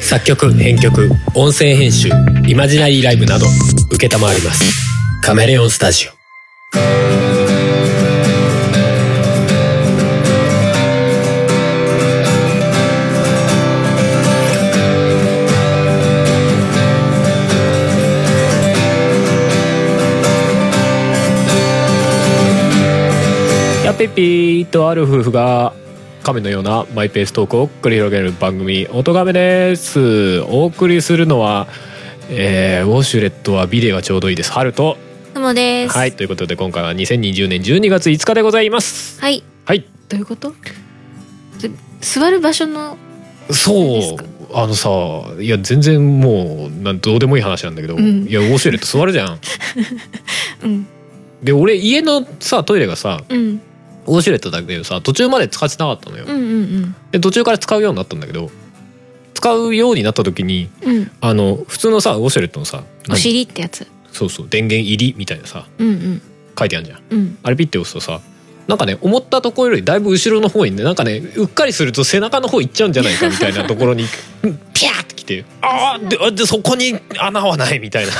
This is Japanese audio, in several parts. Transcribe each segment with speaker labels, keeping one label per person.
Speaker 1: 作曲編曲音声編集イマジナリーライブなど承りますカメレオンスタジオやペピーとある夫婦が亀のようなマイペーストークを繰り広げる番組「音亀」ですお送りするのは、えーウォシュレットはビデオがちょうどいいです春と
Speaker 2: ともです。
Speaker 1: はい。ということで今回は2020年12月5日でございます
Speaker 2: はい。
Speaker 1: はい
Speaker 2: どういうことず座る場所の、
Speaker 1: そうあのさいや全然もうなんどうでもいい話なんだけど、
Speaker 2: うん
Speaker 1: いやウォシュレット座るじゃん
Speaker 2: うん、
Speaker 1: で俺家のさトイレがさ
Speaker 2: うん、
Speaker 1: ウォシュレットだけどさ途中まで使ってなかったのよ
Speaker 2: うん、うん、
Speaker 1: で途中から使うようになったんだけど使うようになった時に
Speaker 2: うん、うん。
Speaker 1: あの普通のさウォシュレットのさ
Speaker 2: お尻ってやつ。
Speaker 1: 何そうそう電源入りみたいなさ
Speaker 2: うん、うん、
Speaker 1: 書いてあるじゃん
Speaker 2: うん。
Speaker 1: あれピッて押すとさなんかね思ったところよりだいぶ後ろの方にねなんかねうっかりすると背中の方行っちゃうんじゃないかみたいなところに うんピャーってきてあーであでそこに穴はないみ たいな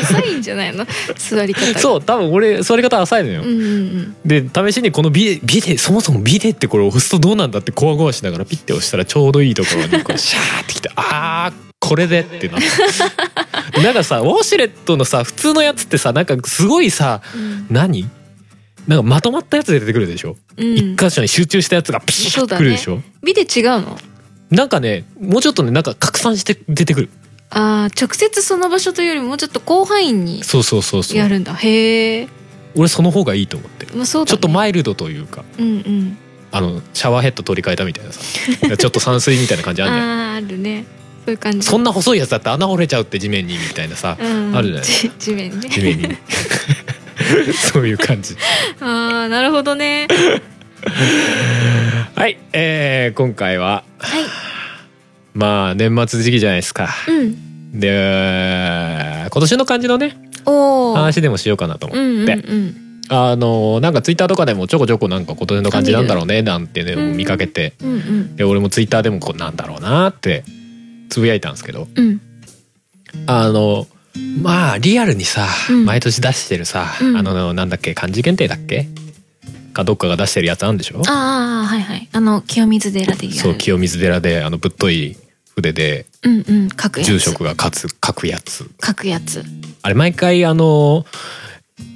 Speaker 2: 浅いんじゃ ないの座り方が。
Speaker 1: そう多分俺座り方浅いのよ、
Speaker 2: うん、うん、
Speaker 1: で試しにこのビデビデそもそもビデってこれ押すとどうなんだってこわごわしながらピッて押したらちょうどいいところ にこうシャーってきてあーこれでってなった なんかさウォシュレットのさ普通のやつってさなんかすごいさ
Speaker 2: うん。
Speaker 1: 何なんかまとまったやつで出てくるでしょ
Speaker 2: うん、
Speaker 1: 一箇所に集中したやつがピシ
Speaker 2: そ
Speaker 1: ッ
Speaker 2: う
Speaker 1: て
Speaker 2: だ
Speaker 1: く
Speaker 2: ね
Speaker 1: るでしょ、
Speaker 2: 見て違うの
Speaker 1: なんかねもうちょっとねなんか拡散して出てくる
Speaker 2: ああ、直接その場所というよりもうちょっと広範囲に
Speaker 1: そうそうそうそ
Speaker 2: や
Speaker 1: う
Speaker 2: るんだ。へえ。
Speaker 1: 俺その方がいいと思ってる
Speaker 2: まあそうだ、
Speaker 1: ち
Speaker 2: ね。
Speaker 1: ょっとマイルドというか
Speaker 2: うん、うん。
Speaker 1: あのシャワーヘッド取り替えたみたいなさ ちょっと散水みたいな感じあるじゃん
Speaker 2: ああー、あるね。そういう感じ。
Speaker 1: そんな細いやつだって穴折れちゃうって地面にみたいなさ
Speaker 2: うん、
Speaker 1: あるじゃない
Speaker 2: じ地面ね。
Speaker 1: 地面に そういう感じ
Speaker 2: ああ、なるほどね。
Speaker 1: はいえー、今回は
Speaker 2: はい。
Speaker 1: まあ年末時期じゃないですか
Speaker 2: うん。
Speaker 1: で今年の感じのね
Speaker 2: おお。
Speaker 1: 話でもしようかなと思って、
Speaker 2: うんうんうん
Speaker 1: あのなんかツイッターとかでもちょこちょこなんか今年の感じなんだろうねなんてね
Speaker 2: うん
Speaker 1: 見かけて
Speaker 2: うんうん
Speaker 1: で俺もツイッターでもこうなんだろうなってつぶやいたんですけど
Speaker 2: うん
Speaker 1: あのまあリアルにさ、
Speaker 2: うん
Speaker 1: 毎年出してるさ、
Speaker 2: うん
Speaker 1: あのなんだっけ漢字検定だっけかどっかが出してるやつあるんでしょ
Speaker 2: ああはいはいあの清水寺でやる
Speaker 1: そう清水寺であのぶっとい筆で
Speaker 2: うんうん書くやつ
Speaker 1: 住職が勝つ書くやつ
Speaker 2: 書くやつ
Speaker 1: あれ毎回あの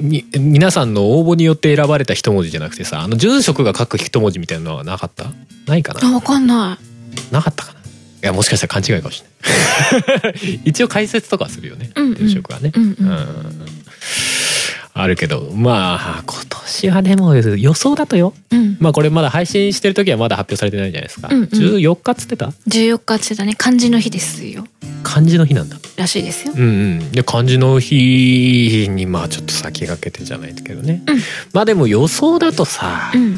Speaker 1: に皆さんの応募によって選ばれた一文字じゃなくてさあの住職が書く一文字みたいなのはなかったないかな
Speaker 2: あわかんな
Speaker 1: なかったかないやもしかしたら勘違いかもしれ ない一応解説とかはするよね
Speaker 2: うんうん
Speaker 1: 住職はね
Speaker 2: い、うんう
Speaker 1: うんあるけどまあ今年はでも予想だとよ
Speaker 2: うん
Speaker 1: まあこれまだ配信してる時はまだ発表されてないじゃないですか、
Speaker 2: うんうん
Speaker 1: 14日っつってた
Speaker 2: 14日ってだね漢字の日ですよ
Speaker 1: 漢字の日なんだ
Speaker 2: らしいですよ
Speaker 1: うんうんで漢字の日にまあちょっと先駆けてじゃないですけどね、
Speaker 2: うん
Speaker 1: まあでも予想だとさ、
Speaker 2: うん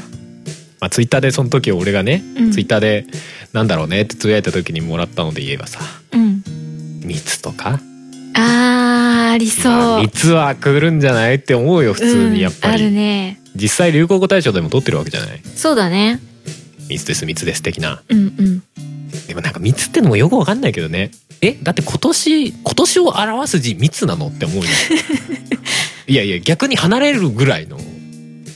Speaker 1: まあ、ツイッターでその時俺がね、
Speaker 2: うん
Speaker 1: ツイッターでなんだろうねってつぶやいた時にもらったので言えばさ
Speaker 2: うん
Speaker 1: 蜜とか
Speaker 2: あーありそう、
Speaker 1: まあ蜜は来るんじゃないって思うよ普通にやっぱ
Speaker 2: うん、あ
Speaker 1: り、
Speaker 2: るね
Speaker 1: 実際流行語大賞でも取ってるわけじゃない
Speaker 2: そうだね
Speaker 1: 蜜です蜜です的な
Speaker 2: うんうん
Speaker 1: でもなんか蜜ってのもよくわかんないけどねえだって今年今年を表す字蜜なのって思 うよいやいや逆に離れるぐらいの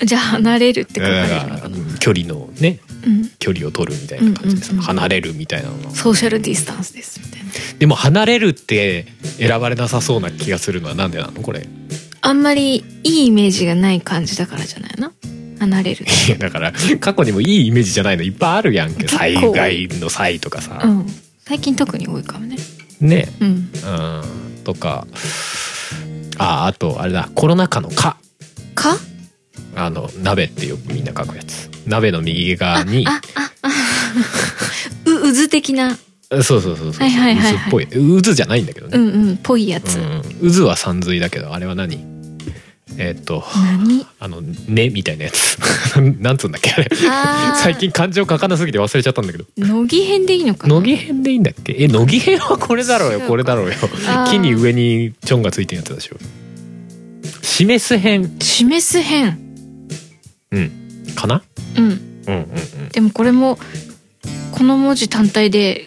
Speaker 2: じゃあ離れるって書かれるの
Speaker 1: だか
Speaker 2: からな
Speaker 1: 距離のね
Speaker 2: うん
Speaker 1: 距離を取るみたいな感じでさ、
Speaker 2: うんうんうん
Speaker 1: 離れるみたいなの
Speaker 2: ソーシャルディスタンスですみたいな
Speaker 1: でも離れるって選ばれなさそうな気がするのはなんでなのこれ
Speaker 2: あんまりいいイメージがない感じだからじゃないの離れるって
Speaker 1: いやだから過去にもいいイメージじゃないのいっぱいあるやんけ
Speaker 2: 結構
Speaker 1: 災害の際とか
Speaker 2: う
Speaker 1: さ、
Speaker 2: ん最近特に多いかもね
Speaker 1: ね
Speaker 2: うん
Speaker 1: うんとかああとあれだコロナ禍の「か
Speaker 2: か」
Speaker 1: あの鍋ってよくみんな書くやつ鍋の右側に
Speaker 2: あああ う渦的な
Speaker 1: そうそうそうそう、
Speaker 2: はいはいはいはい
Speaker 1: 渦っぽい渦じゃないんだけど
Speaker 2: う
Speaker 1: ね、
Speaker 2: んうんぽいやつ、
Speaker 1: うん渦は三髄だけどあれは何えっと
Speaker 2: 何
Speaker 1: あの「ね」みたいなやつ なんつうんだっけあれ
Speaker 2: あー
Speaker 1: 最近漢字を書かなすぎて忘れちゃったんだけど
Speaker 2: 乃木編でいいのかな
Speaker 1: 乃木編でいいんだっけえ乃木編はこれだろう
Speaker 2: 違う
Speaker 1: よ
Speaker 2: か
Speaker 1: これだろうよ
Speaker 2: あー
Speaker 1: 木に上にチョンがついてるやつだしよ示す編
Speaker 2: 示す編
Speaker 1: うんかな
Speaker 2: うん
Speaker 1: うんうんうん
Speaker 2: でもこれもこの文字単体で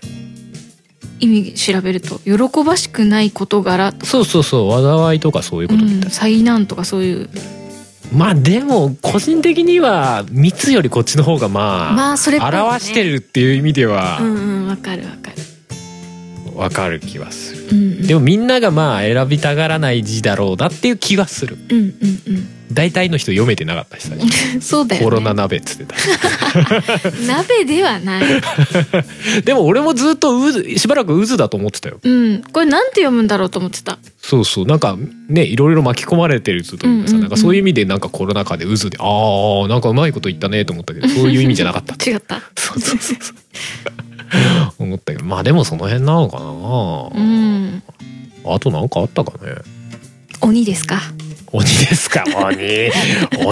Speaker 2: 意味調べると喜ばしくない事柄と
Speaker 1: そうそうそう災いとかそういうことみたい、
Speaker 2: 災難とかそういう
Speaker 1: まあでも個人的には密よりこっちの方がまあ、
Speaker 2: まあそれっぽいね
Speaker 1: 表してるっていう意味では
Speaker 2: うんうんわかるわかる、
Speaker 1: わかる気はする、
Speaker 2: うんうん、
Speaker 1: でもみんながまあ選びたがらない字だろうなっていう気はする
Speaker 2: うんうん
Speaker 1: 大体の人読めてなかったしさ
Speaker 2: うんそうだよ、ね、
Speaker 1: コロナ鍋っつってた
Speaker 2: 鍋ではない
Speaker 1: でも俺もずっと渦しばらく渦だと思ってたよ
Speaker 2: うんこれなんて読むんだろうと思ってた
Speaker 1: そうそうなんかねいろいろ巻き込まれてるというかさ、
Speaker 2: うんうんうん
Speaker 1: なんかそういう意味でなんかコロナ禍で渦でああなんかうまいこと言ったねと思ったけどそういう意味じゃなかったと
Speaker 2: 違った
Speaker 1: そうそうそうそう思ったけどまあでもその辺なのか
Speaker 2: う
Speaker 1: な、
Speaker 2: ん
Speaker 1: あとなんかあったかね
Speaker 2: 鬼ですか
Speaker 1: 鬼ですか 鬼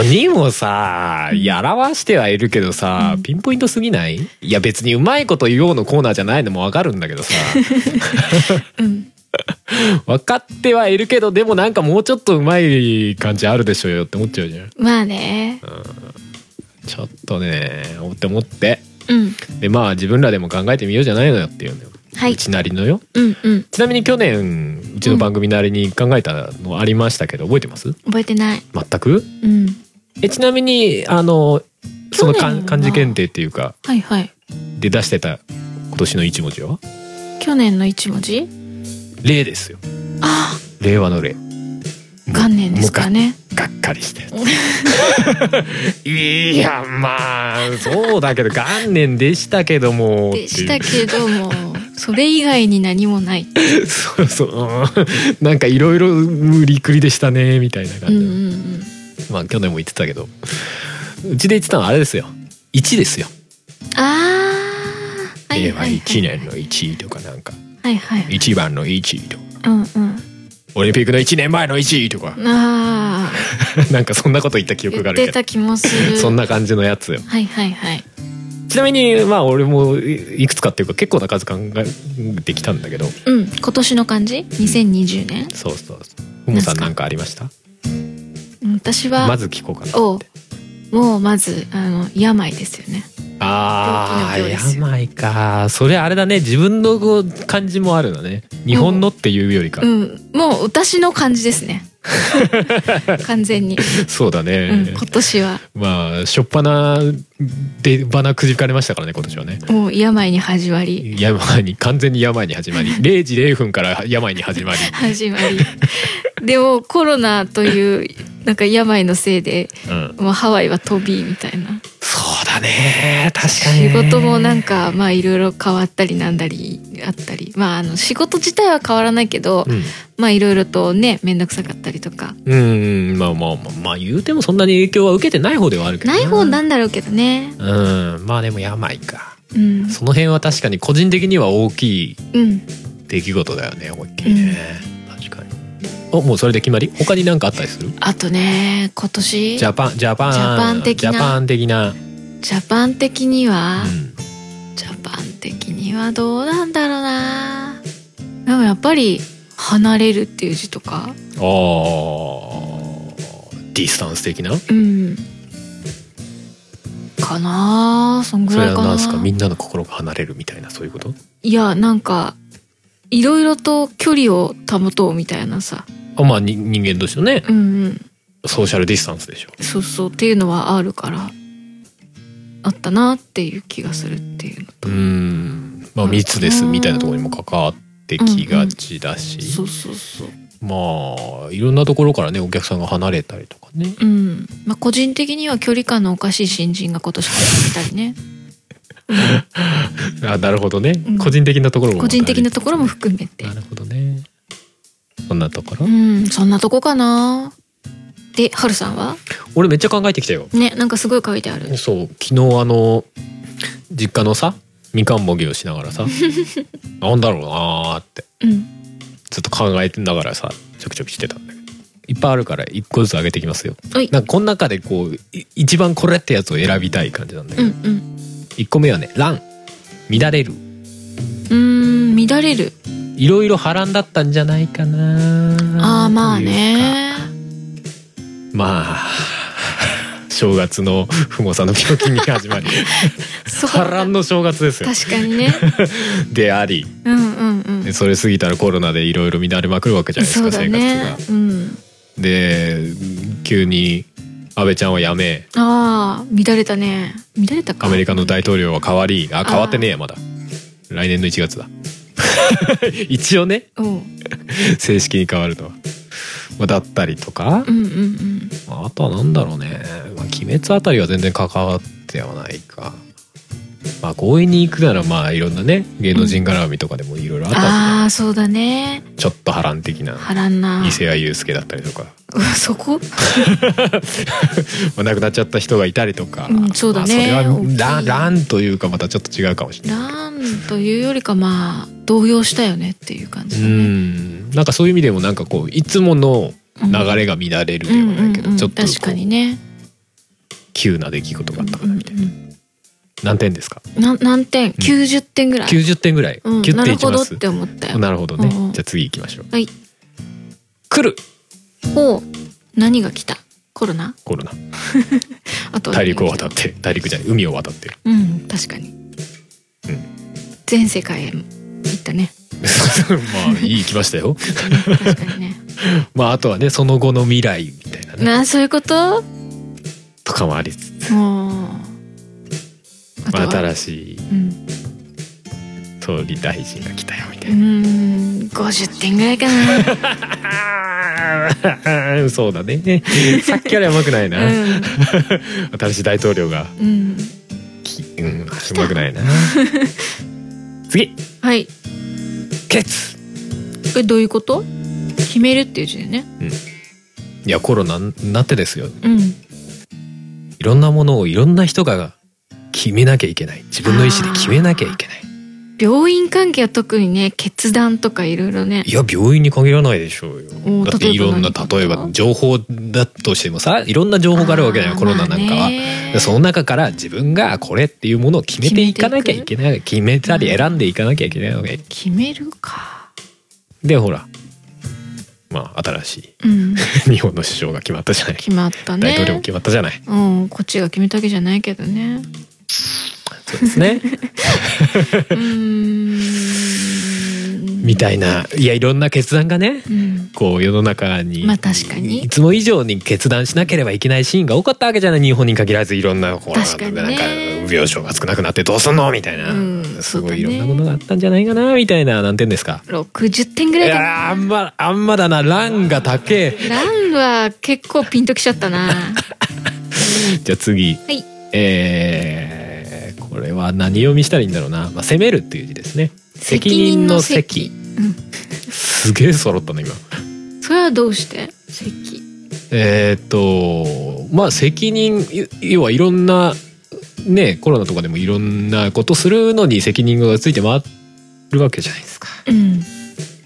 Speaker 1: 鬼もさやらわしてはいるけどさ、
Speaker 2: うん
Speaker 1: ピンポイントすぎないいや別にうまいこと言おうのコーナーじゃないのもわかるんだけど さ
Speaker 2: うん
Speaker 1: 分かってはいるけどでもなんかもうちょっとうまい感じあるでしょうよって思っちゃうじゃん
Speaker 2: まあね
Speaker 1: ちょっとね思って思って
Speaker 2: うん
Speaker 1: でまあ自分らでも考えてみようじゃないのよっていうのよ、
Speaker 2: はいう
Speaker 1: ちなりのよ
Speaker 2: うんうん
Speaker 1: ちなみに去年うちの番組なりに考えたのありましたけど覚えてます
Speaker 2: 覚えてない
Speaker 1: 全く
Speaker 2: うん
Speaker 1: えちなみにあのその
Speaker 2: 去
Speaker 1: 漢
Speaker 2: 年は
Speaker 1: 漢字検定っていうか
Speaker 2: はいはい
Speaker 1: で出してた今年の一文字は
Speaker 2: 去年の一文字
Speaker 1: 令ですよ
Speaker 2: あ
Speaker 1: 令和の令
Speaker 2: 元年ですかね
Speaker 1: がっかりしてるいやまあそうだけど元年でしたけども
Speaker 2: でした
Speaker 1: って
Speaker 2: けどもそれ以外に何もない
Speaker 1: いうそうそううんなんかいろいろ無理くりでしたねみたいな
Speaker 2: う
Speaker 1: 感
Speaker 2: ん
Speaker 1: じ、
Speaker 2: うんうん
Speaker 1: まあ去年も言ってたけどうちで言ってたのはあれですよ1ですよ
Speaker 2: ああ
Speaker 1: 令和1年の
Speaker 2: はい
Speaker 1: 1とかなんか
Speaker 2: はいはい
Speaker 1: 1番の1とか
Speaker 2: うん
Speaker 1: オリンピックの1年前の1とか
Speaker 2: うんああ
Speaker 1: なんかそんなこと言った記憶があ
Speaker 2: 言っ
Speaker 1: る
Speaker 2: て
Speaker 1: けど
Speaker 2: た気もする
Speaker 1: そんな感じのやつよ
Speaker 2: はいはいはい
Speaker 1: ちなみにまあ俺もいいくつかっていうか結構な数考えてきたんだけど
Speaker 2: うん今年の漢字2020年
Speaker 1: そうそうそうふもさんなんかありました
Speaker 2: うん私は、
Speaker 1: まず聞こうかな
Speaker 2: お
Speaker 1: っ
Speaker 2: う
Speaker 1: て
Speaker 2: もうまずあの病ですよね
Speaker 1: あ
Speaker 2: 病気の病です
Speaker 1: ー
Speaker 2: よ
Speaker 1: 病かそれあれだね自分のこう感じもあるのね日本のっていうよりか、
Speaker 2: うんもう私の漢字です ね完全に、
Speaker 1: そうだね、
Speaker 2: うん、今年は
Speaker 1: まあしょっぱな出花くじかれましたからね今年はね
Speaker 2: もう病に始まり
Speaker 1: 病に完全に病に始まり 0時0分から病に始まり
Speaker 2: 始まりでもコロナというなんか病のせいで
Speaker 1: うん
Speaker 2: もうハワイは飛びみたいな
Speaker 1: そうだね確かに
Speaker 2: 仕
Speaker 1: ね
Speaker 2: 事もなんかまあいろいろ変わったりなんだりあったりまああの仕事自体は変わらないけど、
Speaker 1: うん
Speaker 2: まあいろいろとね面倒くさかったりとか
Speaker 1: うんまあまあまあまあ言うてもそんなに影響は受けてない方ではあるけど
Speaker 2: ない方な
Speaker 1: うん
Speaker 2: だろうけどね
Speaker 1: んまあでも病か
Speaker 2: うん
Speaker 1: その辺は確かに個人的には大きい
Speaker 2: うん
Speaker 1: 出来事だよね思いっきりね、確かにおもうそれで決まり他に何かあったりする
Speaker 2: あとね今年
Speaker 1: ジ
Speaker 2: ジ
Speaker 1: ャパンジャパン
Speaker 2: ジャパン的な
Speaker 1: ジャパン的な、
Speaker 2: ャパン的に
Speaker 1: う
Speaker 2: は、
Speaker 1: ん
Speaker 2: ジャパン的にはどうなんだろうなでもやっぱり「離れる」っていう字とか
Speaker 1: あーディスタンス的な
Speaker 2: うんかなあそんぐ
Speaker 1: そ
Speaker 2: らい
Speaker 1: れ
Speaker 2: か
Speaker 1: は
Speaker 2: な
Speaker 1: 何すかみんなの心が離れるみたいなそういうこと
Speaker 2: いやなんかいろいろと距離を保とうみたいなさ
Speaker 1: あまあに人間としてのね
Speaker 2: うんうん
Speaker 1: ソーシャルディスタンスでしょ
Speaker 2: そうそうっていうのはあるからあったなっていう気がするっていうの
Speaker 1: うーんまあ密ですみたいなところにも関わってきがちだし、
Speaker 2: そうそうそう
Speaker 1: まあいろんなところからねお客さんが離れたりとかね
Speaker 2: うんまあ個人的には距離感のおかしい新人が今年からいたりね
Speaker 1: あなるほどね、
Speaker 2: うん
Speaker 1: 個人的なところも
Speaker 2: 個人的なところも含めて
Speaker 1: なるほどねそんなところ、
Speaker 2: うんそんなとこかなでハルさんは
Speaker 1: 俺めっちゃ考えてきたよ
Speaker 2: ねなんかすごい書いてある
Speaker 1: そう昨日あの実家のさみかんもぎをしなが らさなんだろうなーって
Speaker 2: うん
Speaker 1: ずっと考えながらさちょくちょくしてたんだけどいっぱいあるから一個ずつ上げてきますよ
Speaker 2: はい
Speaker 1: なんかこの中でこうい一番これってやつを選びたい感じなんだけ
Speaker 2: う
Speaker 1: ど、
Speaker 2: んうん
Speaker 1: 一個目はね「乱」「乱れる」
Speaker 2: うーん乱れる
Speaker 1: いろいろ波乱だったんじゃないかな
Speaker 2: ああまあ
Speaker 1: というか
Speaker 2: ね
Speaker 1: まあし 正月のふもさんの病気に始 まり
Speaker 2: そこ
Speaker 1: 波乱の正月ですよ
Speaker 2: 確か にね
Speaker 1: であり
Speaker 2: うんうんうん
Speaker 1: でそれ過ぎたらコロナでいろいろ乱れまくるわけじゃないですか、
Speaker 2: そうだ
Speaker 1: 生活
Speaker 2: ね
Speaker 1: が。
Speaker 2: うん
Speaker 1: で急に安倍ちゃんを辞め
Speaker 2: ああ乱れたね乱れたか
Speaker 1: アメリカの大統領は変わりあ変わってねえやまだ来年の1月だ 一応ね
Speaker 2: うん
Speaker 1: 正式に変わるのは、まあ、だったりとか
Speaker 2: う、んうんうん
Speaker 1: まああとはなんだろうね「まあ、鬼滅」あたりは全然関わってはないか。まあ強引に行くならまあいろんなね芸能人絡みとかでもいろいろあったんですね
Speaker 2: ああそうだね
Speaker 1: ちょっと波乱的な
Speaker 2: 波乱な
Speaker 1: 伊勢谷友介だったりとか、
Speaker 2: うわそこ
Speaker 1: まあ、亡くなっちゃった人がいたりとか、
Speaker 2: うんそうだね
Speaker 1: まあそ
Speaker 2: 大きい
Speaker 1: れは乱乱というかまたちょっと違うかもしれない
Speaker 2: なんというよりかまあ動揺したよねっていう感
Speaker 1: う
Speaker 2: じだね
Speaker 1: んなんかそういう意味でもなんかこういつもの流れが乱れるではないけど、
Speaker 2: うんうんうん
Speaker 1: ちょっとこう
Speaker 2: 確かにね
Speaker 1: 急な出来事があったかなみたいな、
Speaker 2: うんうん
Speaker 1: 何点ですか
Speaker 2: うんな何点90点ぐらい、
Speaker 1: 90点ぐらい、
Speaker 2: うん
Speaker 1: キュッ
Speaker 2: な
Speaker 1: て
Speaker 2: る
Speaker 1: いき
Speaker 2: ほ
Speaker 1: ま
Speaker 2: どっ
Speaker 1: す
Speaker 2: て思ったよ
Speaker 1: なるほどね、
Speaker 2: うんうん
Speaker 1: じゃあ次行きましょう
Speaker 2: はい
Speaker 1: 来る
Speaker 2: ほう何が来たコロナ
Speaker 1: コロナ
Speaker 2: あとは
Speaker 1: 大陸を渡って大陸じゃない海を渡ってる
Speaker 2: うん確かに、
Speaker 1: うん
Speaker 2: 全世界へも行ったね
Speaker 1: まあいい行きましたよ
Speaker 2: 確かにね
Speaker 1: まああとはねその後の未来みたいなね
Speaker 2: なあ そういうこと
Speaker 1: とかもありつつ
Speaker 2: もうあと
Speaker 1: まあ、
Speaker 2: は、
Speaker 1: 新しい
Speaker 2: うん
Speaker 1: 総理大臣が来たよみた
Speaker 2: う
Speaker 1: いな、
Speaker 2: ーん50点ぐらいかな
Speaker 1: そうだねさっきからうまくないな、新しい大統領が
Speaker 2: うん、うん、
Speaker 1: きうんうまくないな次
Speaker 2: はい
Speaker 1: ケツ
Speaker 2: えどういうこと決めるっていう字でね
Speaker 1: いやコロナになってですよ
Speaker 2: うん
Speaker 1: いろんなものをいろんな人が決めなきゃいけない自分の意思で決めなきゃいけない
Speaker 2: 病院関係は特にね決断とかいろいろね
Speaker 1: いや病院に限らないでしょうよ
Speaker 2: お
Speaker 1: だっていろんな例え
Speaker 2: 例えば
Speaker 1: ば
Speaker 2: 何
Speaker 1: 情報だとしてもさいろんな情報があるわけだよ
Speaker 2: あー
Speaker 1: コロナなんか
Speaker 2: まあ
Speaker 1: は。
Speaker 2: ね
Speaker 1: でその中から自分がこれっていうものを決めていかなきゃいけない決めたり選んでいかなきゃいけないわけ
Speaker 2: 決めるか
Speaker 1: でほらまあ新し
Speaker 2: うん
Speaker 1: い 日本の首相が決まったじゃない、
Speaker 2: 決まったね
Speaker 1: 大統領も決まったじゃない
Speaker 2: うんこっちが決めたわけじゃないけどね
Speaker 1: そうですね
Speaker 2: うーん
Speaker 1: みたいないやいろんな決断がね
Speaker 2: うん
Speaker 1: こう世の中に、
Speaker 2: まあ確かに
Speaker 1: いつも以上に決断しなければいけないシーンが多かったわけじゃない日本に限らずいろんなほら
Speaker 2: 確かにね
Speaker 1: なんか病床が少なくなってどうすんのみたいな、
Speaker 2: うん
Speaker 1: すごいい
Speaker 2: そう
Speaker 1: ろ
Speaker 2: だね
Speaker 1: んなものがあったんじゃないかなみたいな何点ですか
Speaker 2: 60点ぐ
Speaker 1: い
Speaker 2: らいかな
Speaker 1: やーあんまあんまだなランが高え
Speaker 2: ランは結構ピンときちゃっ たな
Speaker 1: じゃあ次
Speaker 2: はい
Speaker 1: えーこれは何読みしたらいいんだろうな、まあ、責めるっていう字ですね責任の責すげえ揃ったね今
Speaker 2: うんそれはどうして責
Speaker 1: えーっとまあ責任い要はいろんなねコロナとかでもいろんなことするのに責任がついて回るわけじゃないですか
Speaker 2: うん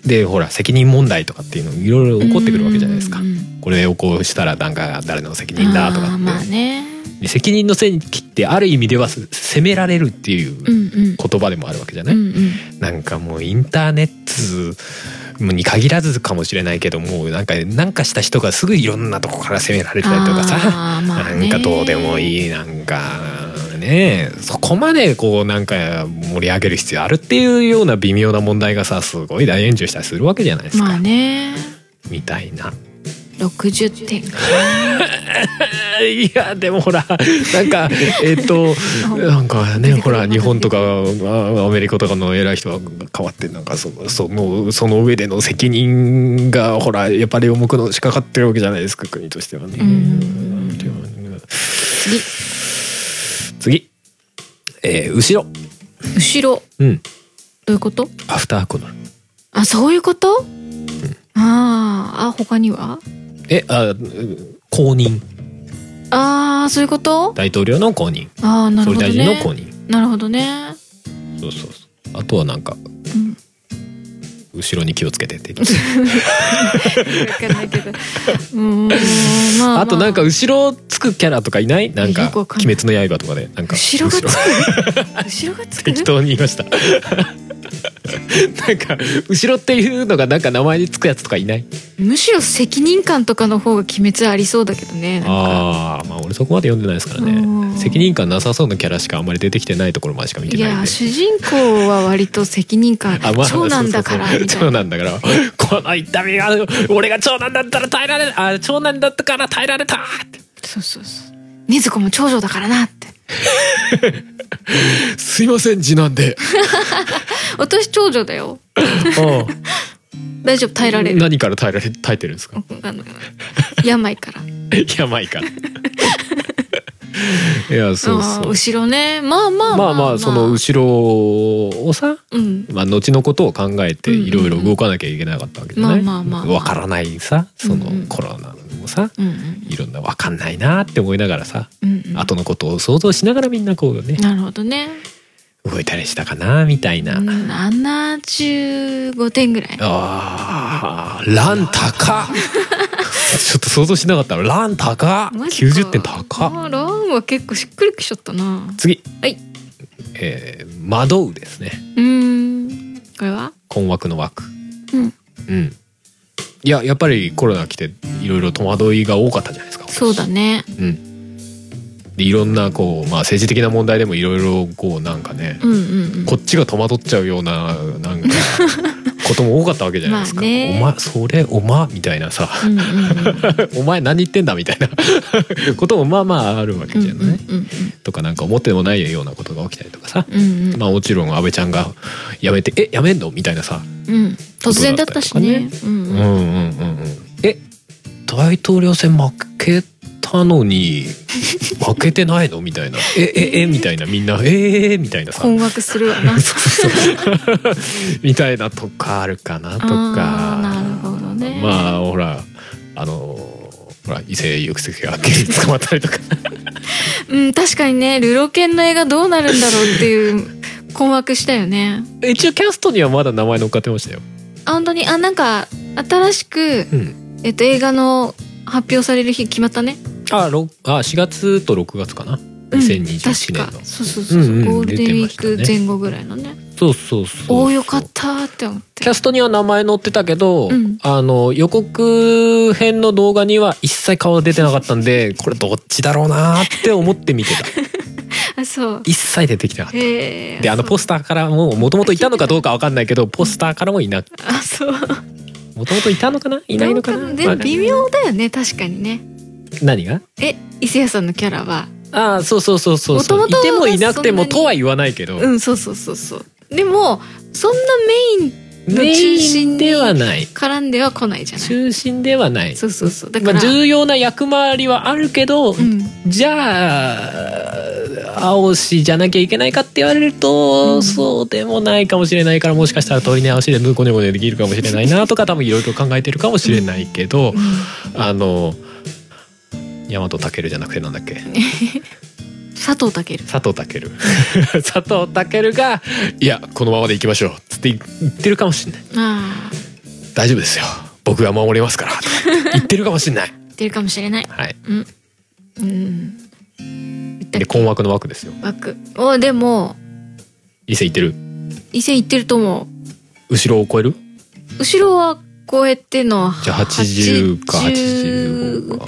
Speaker 1: でほら責任問題とかっていうのいろいろ起こってくるわけじゃないですか
Speaker 2: うんうんうん
Speaker 1: これをこうしたらなんか誰の責任だとか
Speaker 2: あ
Speaker 1: っ
Speaker 2: ー
Speaker 1: て、
Speaker 2: まあね
Speaker 1: で責任の責ってある意味ではせ責められるっていう
Speaker 2: うんうん
Speaker 1: 言葉でもあるわけじゃない、
Speaker 2: うんうん
Speaker 1: なんかもうインターネットに限らずかもしれないけどもうなんかなんかした人がすぐいろんなとこから責められたりとかさ、
Speaker 2: あーまあね
Speaker 1: なんかどうでもいいなんかねそこまでこうなんか盛り上げる必要あるっていうような微妙な問題がさすごい大炎上したりするわけじゃないですか、
Speaker 2: まあね
Speaker 1: みたいな。
Speaker 2: 60点
Speaker 1: いやでもほらなんかえっとなんかねほら日本とかあアメリカとかの偉い人が変わってなんかそそのその上での責任がほらやっぱり重くのしかかってるわけじゃないですか国としてはね
Speaker 2: うん。
Speaker 1: でも
Speaker 2: 次
Speaker 1: 次、えー後ろ、
Speaker 2: 後ろ
Speaker 1: うん、
Speaker 2: どういうこと
Speaker 1: アフターコロナ
Speaker 2: あそういうことあーあ他には
Speaker 1: えあうん公認
Speaker 2: ああそういうこと
Speaker 1: 大統領の公認、
Speaker 2: ああなる
Speaker 1: 総
Speaker 2: ほ
Speaker 1: 理
Speaker 2: ど
Speaker 1: 大臣の公
Speaker 2: ね
Speaker 1: 認
Speaker 2: なるほどね
Speaker 1: そうそうそうあとはなんか
Speaker 2: うん
Speaker 1: 後ろに気をつけて って
Speaker 2: わかんないけど。うーん、まあ、まあ。
Speaker 1: あとなんか、後ろつくキャラとかいないなん
Speaker 2: え
Speaker 1: か
Speaker 2: よくわ
Speaker 1: 「
Speaker 2: かん
Speaker 1: 鬼
Speaker 2: ない
Speaker 1: 滅の刃」とかでなんか
Speaker 2: 後ろがつく。後ろがつく。
Speaker 1: 適当に言いました なんか後ろっていうのがなんか名前につくやつとかいない
Speaker 2: むしろ責任感とかの方が鬼滅ありそうだけどねなんか
Speaker 1: ああまあ俺そこまで読んでないですから
Speaker 2: う
Speaker 1: ね
Speaker 2: ん
Speaker 1: 責任感なさそうなキャラしかあんまり出てきてないところまでしか見て
Speaker 2: い
Speaker 1: ないん
Speaker 2: や
Speaker 1: で
Speaker 2: 主人公は割と責任感
Speaker 1: あまあ
Speaker 2: 長男だから
Speaker 1: そうそう
Speaker 2: み
Speaker 1: そう
Speaker 2: た
Speaker 1: 長
Speaker 2: いな
Speaker 1: 男だから この痛みが俺が長男だったら耐えられあ長男だったから耐えられたって
Speaker 2: そうそうそう禰豆子も長女だからなって
Speaker 1: すいません次男で
Speaker 2: 私長女だよ
Speaker 1: うん
Speaker 2: 大丈夫耐えられる
Speaker 1: 何から耐えられ耐えてるんですか
Speaker 2: あの病から
Speaker 1: やばいから いやそう
Speaker 2: あー
Speaker 1: そう
Speaker 2: 後ろねまあまあ
Speaker 1: まあまあその後ろをさ
Speaker 2: うん
Speaker 1: まあ、後のことを考えて
Speaker 2: うんうん
Speaker 1: いろいろ動かなきゃいけなかったわけだね。
Speaker 2: まあまあまあまあ
Speaker 1: わからないさその
Speaker 2: うんうん
Speaker 1: コロナもさ
Speaker 2: うんうん
Speaker 1: いろんなわかんないなって思いながらさ
Speaker 2: うんうん
Speaker 1: 後のことを想像しながらみんなこうね
Speaker 2: なるほどね
Speaker 1: 動いたりしたかなみたいな。
Speaker 2: 75点ぐらい
Speaker 1: あーラン高っ ちょっと想像しなかったラン高っ
Speaker 2: マジか
Speaker 1: 90点高っ
Speaker 2: あーランは結構しっくりきちゃったな
Speaker 1: 次
Speaker 2: はい
Speaker 1: えー、惑うですね
Speaker 2: うーんこれは
Speaker 1: 困惑の枠
Speaker 2: うん
Speaker 1: うんいややっぱりコロナ来ていろいろ戸惑いが多かったじゃないですか
Speaker 2: そうだね
Speaker 1: うん、でいろんなこう、まあ、政治的な問題でもいろいろこうなんかね、
Speaker 2: うんうん
Speaker 1: こっちが戸惑っちゃうようななん かことも多かったわけじゃないですか「
Speaker 2: まあね
Speaker 1: お前それお前」みたいなさ
Speaker 2: うんうん うんうん
Speaker 1: 「お前何言ってんだ」みたいな こともまあまああるわけじゃない、
Speaker 2: うん
Speaker 1: とかなんか思ってもないようなことが起きたりとかさ、
Speaker 2: うんうんうん
Speaker 1: まあもちろん安倍ちゃんが「やめてえやめんの?」みたいなさ
Speaker 2: うん突然だったしねう
Speaker 1: 「う
Speaker 2: んう
Speaker 1: う
Speaker 2: んん
Speaker 1: んうんうんえ大統領選負けたの に負けてないの?」みたいな「えええみたいなみんな「ええみたいな さ
Speaker 2: 困惑するわな
Speaker 1: みたいなとかあるかなとか
Speaker 2: あーなるほどね
Speaker 1: まあほらあのほら異性抑制が捕まったりとか
Speaker 2: うん確かにねルロケンの映画どうなるんだろうっていう困惑したよね
Speaker 1: 一応キャストにはまだ名前乗っかってましたよ。
Speaker 2: あ本当にあなんか新しく、
Speaker 1: うん、
Speaker 2: えっと、映画の発表される日決まったね
Speaker 1: あろあ4月と6月かな
Speaker 2: うん
Speaker 1: 2021年の
Speaker 2: 確、かそうそうそう、
Speaker 1: うんうん
Speaker 2: ゴールデンウィーク
Speaker 1: 出てましたね
Speaker 2: 前後ぐらいのね
Speaker 1: そうそうそうそう
Speaker 2: おおよかったって思って
Speaker 1: キャストには名前載ってたけど、
Speaker 2: うん
Speaker 1: あの予告編の動画には一切顔出てなかったんでこれどっちだろうなって思って見て た
Speaker 2: あそう
Speaker 1: 一切出てきてなかった
Speaker 2: へえ
Speaker 1: であのポ
Speaker 2: ス
Speaker 1: スターからももともといたのかどうかわかんないけどポスターからもいな
Speaker 2: あそう
Speaker 1: もともといたのかないないのかな
Speaker 2: どうで
Speaker 1: わ
Speaker 2: も
Speaker 1: かんない
Speaker 2: 微妙だよね確かにね
Speaker 1: 何が
Speaker 2: え伊勢谷さんのキャラは
Speaker 1: ああそうそうそうそうそう
Speaker 2: 元々
Speaker 1: いてもいなくても
Speaker 2: そんな
Speaker 1: と
Speaker 2: に
Speaker 1: は言わないけど、
Speaker 2: うんそうそうそうそうでもそんなメイン
Speaker 1: メ
Speaker 2: 中
Speaker 1: イ
Speaker 2: 心
Speaker 1: ン
Speaker 2: に
Speaker 1: ではない
Speaker 2: 絡んでは来ないじゃない
Speaker 1: 中心ではない、
Speaker 2: そうそうそうだ
Speaker 1: ま
Speaker 2: か
Speaker 1: あ、
Speaker 2: ら、
Speaker 1: 重要な役回りはあるけど、
Speaker 2: うん
Speaker 1: じゃあ青しじゃなきゃいけないかって言われると、
Speaker 2: うん
Speaker 1: そうでもないかもしれないからもしかしたら取り直しでぬこねこねできるかもしれないなとか多分いろいろ考えてるかもしれないけど、あの大和健じゃなくてなんだっけ
Speaker 2: 佐藤健
Speaker 1: 佐藤健佐藤健が「いやこのままでいきましょう」っつって言ってるかもしれない
Speaker 2: ああ
Speaker 1: 「大丈夫ですよ僕が守りますから」とか言ってるかもしれない。
Speaker 2: 言ってるかもしれない
Speaker 1: はい、
Speaker 2: うんうん言っ
Speaker 1: で
Speaker 2: たり
Speaker 1: 困惑の枠ですよ
Speaker 2: 枠おでも
Speaker 1: 伊勢行ってる
Speaker 2: 伊勢行ってると思
Speaker 1: 後ろを超える
Speaker 2: う後ろは超えての
Speaker 1: じゃあ80か85か大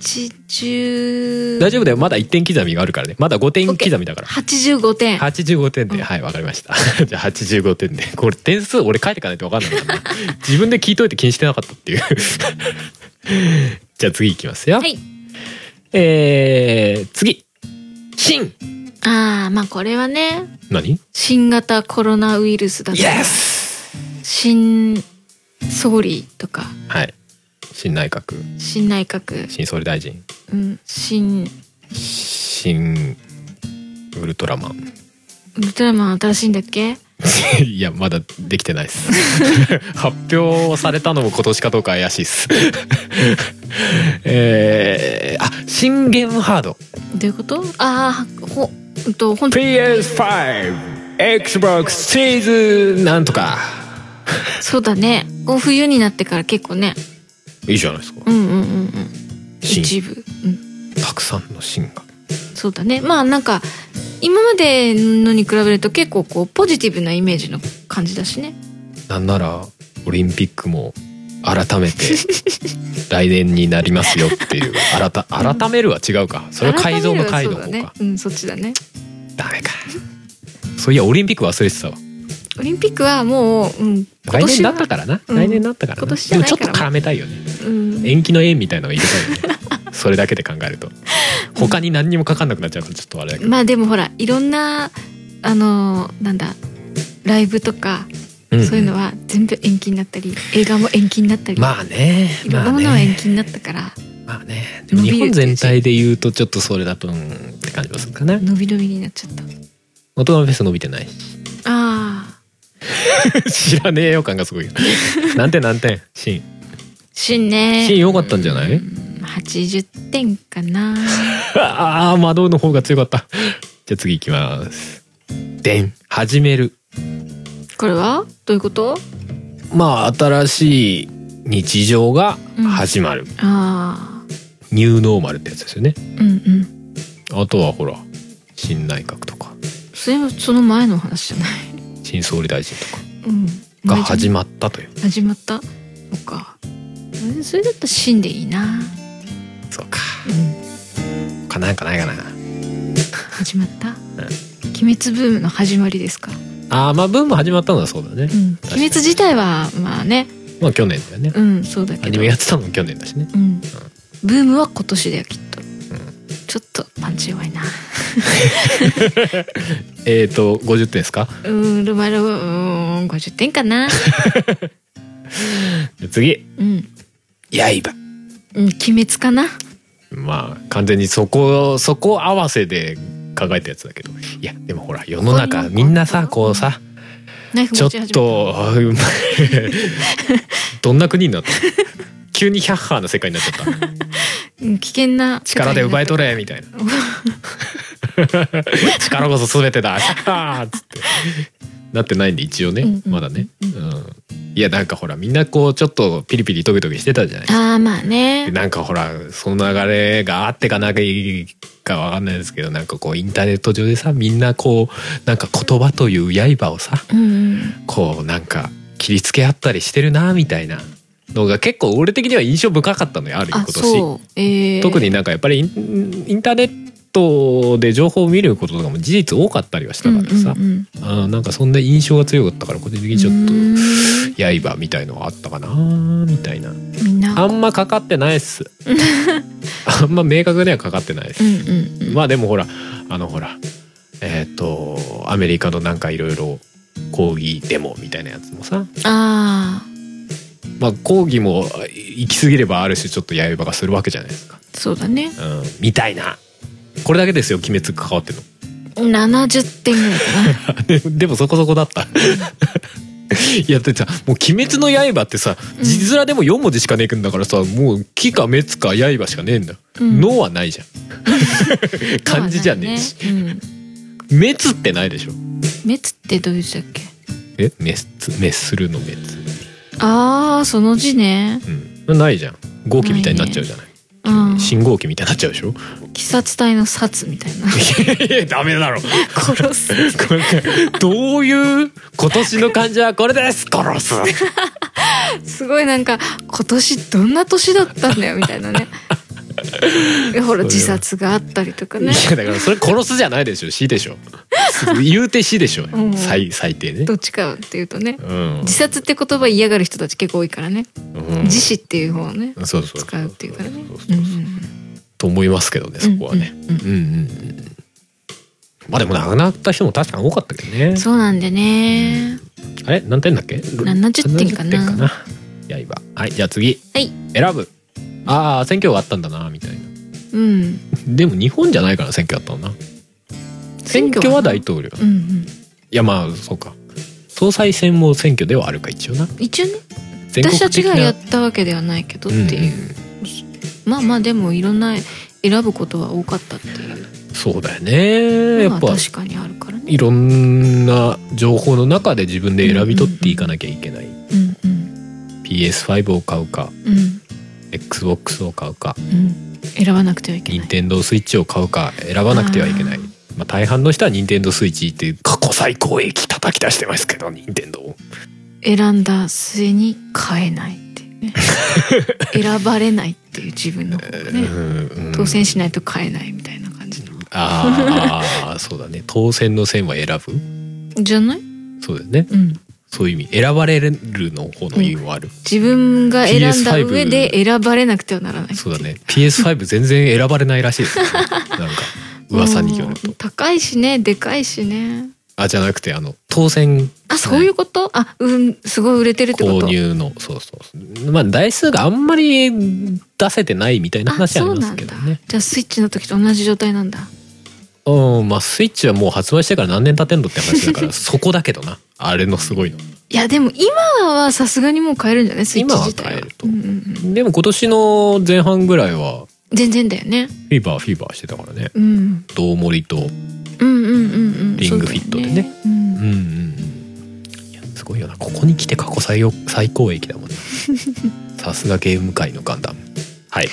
Speaker 2: 80
Speaker 1: 丈夫だよまだ1点刻みがあるからねまだ5点刻みだから
Speaker 2: 85点
Speaker 1: 85点で、
Speaker 2: うん
Speaker 1: はいわかりました じゃあ85点でこれ点数俺書いてかないと分かんないからな自分で聞いといて気にしてなかったっていう じゃあ次いきますよ、
Speaker 2: はい
Speaker 1: えー、次新
Speaker 2: ああまあこれはね
Speaker 1: 何
Speaker 2: 新型コロナウイルスだと
Speaker 1: イ
Speaker 2: か
Speaker 1: エス
Speaker 2: 新総理とか
Speaker 1: はい新内閣
Speaker 2: 新内閣、
Speaker 1: 新総理大臣
Speaker 2: うん、新
Speaker 1: 新ウルトラマン
Speaker 2: ウルトラマン新しいんだっけ
Speaker 1: いやまだできてないです 発表されたのも今年かどうか怪しいっす えー、あ新ゲームハード
Speaker 2: どういうことああほうんと本当
Speaker 1: PS5XBOX シーズンなんとか
Speaker 2: そうだねこう冬になってから結構ね
Speaker 1: いいじゃないですか
Speaker 2: うんうんうんうん
Speaker 1: 新
Speaker 2: 一部、うん、
Speaker 1: たくさんの新が
Speaker 2: そうだねまあなんか今までのに比べると結構こうポジティブなイメージの感じだしね
Speaker 1: なんならオリンピックも改め て来年になりますよっていう改改めるは違うかそれは改造の 改
Speaker 2: 改め
Speaker 1: の
Speaker 2: る
Speaker 1: 方
Speaker 2: はそ
Speaker 1: か、
Speaker 2: うだねうんそっちだね
Speaker 1: ダメかそういやオリンピック忘れてたわ
Speaker 2: オリンピックはもう、うん、今
Speaker 1: 来年
Speaker 2: 年
Speaker 1: だ
Speaker 2: は
Speaker 1: ったからな、
Speaker 2: うん
Speaker 1: 来年だったから
Speaker 2: 今年じゃない
Speaker 1: で
Speaker 2: か
Speaker 1: も
Speaker 2: ら
Speaker 1: ちょっと絡めたいよね
Speaker 2: うん、
Speaker 1: 延期の縁みたいなの入れたいよねそれだけで考え ると他に何にもかかんなくなっちゃうからちょっとあれだけど、
Speaker 2: まあでもほらいろんなあのなんだライブとか、
Speaker 1: ん
Speaker 2: そういうのは全部延期になったり映画も延期になったり、
Speaker 1: まあね
Speaker 2: いろ
Speaker 1: ま
Speaker 2: んな
Speaker 1: あ
Speaker 2: ものは延
Speaker 1: ね
Speaker 2: 期になったから、
Speaker 1: まあねでも
Speaker 2: 伸び
Speaker 1: 日
Speaker 2: る
Speaker 1: 本全体で言うとちょっとそれだとうんって感じがするかな
Speaker 2: 伸び伸びになっちゃった
Speaker 1: 大人フェス伸びてない
Speaker 2: あ
Speaker 1: 知らねえよ感がすご いよ何点何点シ
Speaker 2: ーしんね
Speaker 1: シーン良かったんじゃない
Speaker 2: うん80点か
Speaker 1: ー
Speaker 2: な
Speaker 1: ンああ窓の方が強かったじゃあ次行きますでん始める
Speaker 2: これはどういうこと
Speaker 1: まあ新しい日常が始まる、
Speaker 2: ああ
Speaker 1: ニューノーマルってやつですよね
Speaker 2: うんうん
Speaker 1: あとはほら新内閣とか
Speaker 2: それはその前の話じゃない
Speaker 1: 新総理大臣とか
Speaker 2: うん
Speaker 1: が始ま
Speaker 2: ま
Speaker 1: ったという
Speaker 2: 始まったそっかうんそれだったらしんでいいな
Speaker 1: そうか
Speaker 2: うん
Speaker 1: かなんかないかな
Speaker 2: 始まった、鬼滅ブームの始まりですか
Speaker 1: あーまあブーム始まったのはそうだね、
Speaker 2: うん
Speaker 1: 確かに
Speaker 2: 鬼滅自体はまあね
Speaker 1: まあ去年だよね、
Speaker 2: うんそうだ
Speaker 1: ア
Speaker 2: け
Speaker 1: ニ
Speaker 2: ど
Speaker 1: メやってたのも去年だしね
Speaker 2: うんブームは今年だよきっと、ちょっとパンチ弱いな
Speaker 1: えっ、ー、と50点ですか
Speaker 2: うーんルマルうーん50点か な
Speaker 1: じゃあ次
Speaker 2: うん
Speaker 1: 刃
Speaker 2: うん鬼滅かな
Speaker 1: まあ完全にそこそこ合わせで考えたやつだけどいやでもほら世の
Speaker 2: こういう
Speaker 1: 中
Speaker 2: の
Speaker 1: みんなさ
Speaker 2: こう
Speaker 1: こうさ
Speaker 2: ナイフ
Speaker 1: ちょ
Speaker 2: 持
Speaker 1: っ
Speaker 2: ち始めた
Speaker 1: と どんな国になったの急にヒャッハーな世界になっちゃった
Speaker 2: うん危険な
Speaker 1: 力で奪い取れみ たいな力こそ全てだヒャッハーっつってなってないんで一応ね、
Speaker 2: うんうん
Speaker 1: まだね、うん、いやなんかほらみんなこうちょっとピリピリトゲトゲしてたじゃない
Speaker 2: ああまあ
Speaker 1: で
Speaker 2: ね
Speaker 1: なんかほらその流れがあってかなきかわかんないですけどなんかこうインターネット上でさみんなこうなんか言葉という刃をさ
Speaker 2: うんうん
Speaker 1: こうなんか切りつけ合ったりしてるなみたいなのが結構俺的には印象深かったのよある意
Speaker 2: あ
Speaker 1: 味今年、
Speaker 2: そうえー、
Speaker 1: 特になんかやっぱりインインターネットで情報を見ることとかも事実多かったりはしたからさ、
Speaker 2: うんうんうん
Speaker 1: あーなんかそんな印象が強かったから個人的にちょっ
Speaker 2: う
Speaker 1: と
Speaker 2: ーん
Speaker 1: 刃みたいのがあったかなみたいな
Speaker 2: みんな
Speaker 1: あんまかかってないっ すあんま明確にはかかってないです
Speaker 2: うんうんうん
Speaker 1: まあでもほらあのほらえっ、とアメリカのなんかいろいろ抗議デモみたいなやつもさ、
Speaker 2: ああ
Speaker 1: まあ、抗議も行き過ぎればある種ちょっと刃がするわけじゃないですか、
Speaker 2: そうだね
Speaker 1: うん、みたいなこれだけですよ鬼滅関わってる
Speaker 2: 70点ぐらいか
Speaker 1: の でもそこそこだった いやだってさもう「鬼滅の刃」ってさ
Speaker 2: うん
Speaker 1: 字面でも4文字しかねえんだからさもう「木か滅か刃」しかねえんだ「
Speaker 2: うん
Speaker 1: の」はないじゃん
Speaker 2: な
Speaker 1: 漢字じゃねえし
Speaker 2: そうだねう
Speaker 1: 「
Speaker 2: ん
Speaker 1: 滅」ってないでしょ
Speaker 2: 滅ってどういう字だっけ
Speaker 1: え滅滅するの滅
Speaker 2: ああその字ね
Speaker 1: うんないじゃん号機みたいになっちゃうじゃない
Speaker 2: うん
Speaker 1: 信号機みたいになっちゃうでしょ
Speaker 2: 鬼殺隊の殺みたいな
Speaker 1: いやダメだろ
Speaker 2: 殺す
Speaker 1: これどういう今年の漢字はこれです殺す
Speaker 2: すごいなんか今年どんな年だったんだよみたい なねいやほら自殺があったりとか
Speaker 1: い
Speaker 2: ね
Speaker 1: やだからそれ殺すじゃないでしょ死でしょ言うて死でしょ、
Speaker 2: うん
Speaker 1: 最最低ね
Speaker 2: どっちかっていうとね
Speaker 1: うん、
Speaker 2: 自殺って言葉嫌がる人たち結構多いからね
Speaker 1: うん
Speaker 2: 自死っていう方をね
Speaker 1: そうそう
Speaker 2: 使うっていうからね
Speaker 1: そうそう
Speaker 2: う
Speaker 1: そうんと思いますけどねそこはね
Speaker 2: うんうん
Speaker 1: うんうんうんまあでも亡くなった人も確かに多かったけどね
Speaker 2: うんそうなんでね
Speaker 1: あれ何点だっけ70
Speaker 2: 70点かな
Speaker 1: 刃はいじゃあ次
Speaker 2: はい
Speaker 1: 選ぶああ選挙があったんだなみたいな
Speaker 2: うん
Speaker 1: でも日本じゃないから選挙あったのな選挙は大統領
Speaker 2: うんうん
Speaker 1: いやまあそうか総裁選も選挙ではあるか一応な
Speaker 2: 一応ね
Speaker 1: 全
Speaker 2: 私たちがや
Speaker 1: っ
Speaker 2: ったわけではないけど
Speaker 1: た
Speaker 2: っていう、まあまあでもいろんな選ぶことは多かったっていう
Speaker 1: そうだよねや
Speaker 2: の
Speaker 1: っ
Speaker 2: は
Speaker 1: ぱ
Speaker 2: 確かにあるからね
Speaker 1: いろんな情報の中で自分で選び取っていかなきゃいけない、
Speaker 2: うんうん
Speaker 1: PS5 を買うか
Speaker 2: うん
Speaker 1: XBOX を買うか
Speaker 2: うん選ばなくてはいけな
Speaker 1: 任
Speaker 2: い
Speaker 1: 天堂スイッチを買うか選ばなくてはいけない
Speaker 2: あー
Speaker 1: まあ、大半の人は任天堂スイッチっていう過去最高益叩き出してますけど任天堂を
Speaker 2: 選んだ末に買えないっていう ね選ばれないっていう自分の方が
Speaker 1: うん
Speaker 2: ね
Speaker 1: うん
Speaker 2: 当選しないと買えないみたいな感じの
Speaker 1: ああそうだね当選の線は選ぶ
Speaker 2: じゃない
Speaker 1: そうだよね
Speaker 2: うん
Speaker 1: そういう意味選ばれるの方の意味もある、
Speaker 2: 自分が選んだ
Speaker 1: PS5
Speaker 2: 上で選ばれなくてはならない
Speaker 1: そうだね PS5 全然選ばれないらしいです、ね、なんか噂によると
Speaker 2: うん高いしねでかいしね
Speaker 1: あじゃなくてあの当選
Speaker 2: あそういうことあうんすごい売れてるってこと
Speaker 1: 購入のそうそうまあ台数があんまり出せてないみたいな
Speaker 2: あ
Speaker 1: 話はあ
Speaker 2: そう
Speaker 1: りま
Speaker 2: な
Speaker 1: す
Speaker 2: ん
Speaker 1: け
Speaker 2: だ
Speaker 1: どね
Speaker 2: じゃあスイッチの時と同じ状態なんだ
Speaker 1: うんまあスイッチはもう発売してから何年経てんのって話だ からそこだけどなあれのすごいの
Speaker 2: いやでも今はさすがにもう買えるんじゃないスイッチ自体
Speaker 1: 今は買えると
Speaker 2: うんうんうん
Speaker 1: でも今年の前半ぐらいは
Speaker 2: 全然だよね、
Speaker 1: フィーバーフィーバーしてたからね
Speaker 2: うん、
Speaker 1: どうもりと
Speaker 2: うんうんうんうん
Speaker 1: リングフィットでね
Speaker 2: そうだようん
Speaker 1: うんうんうんいやすごいよなここに来て過去最最高益だもんね さすがゲーム界のガンダムはい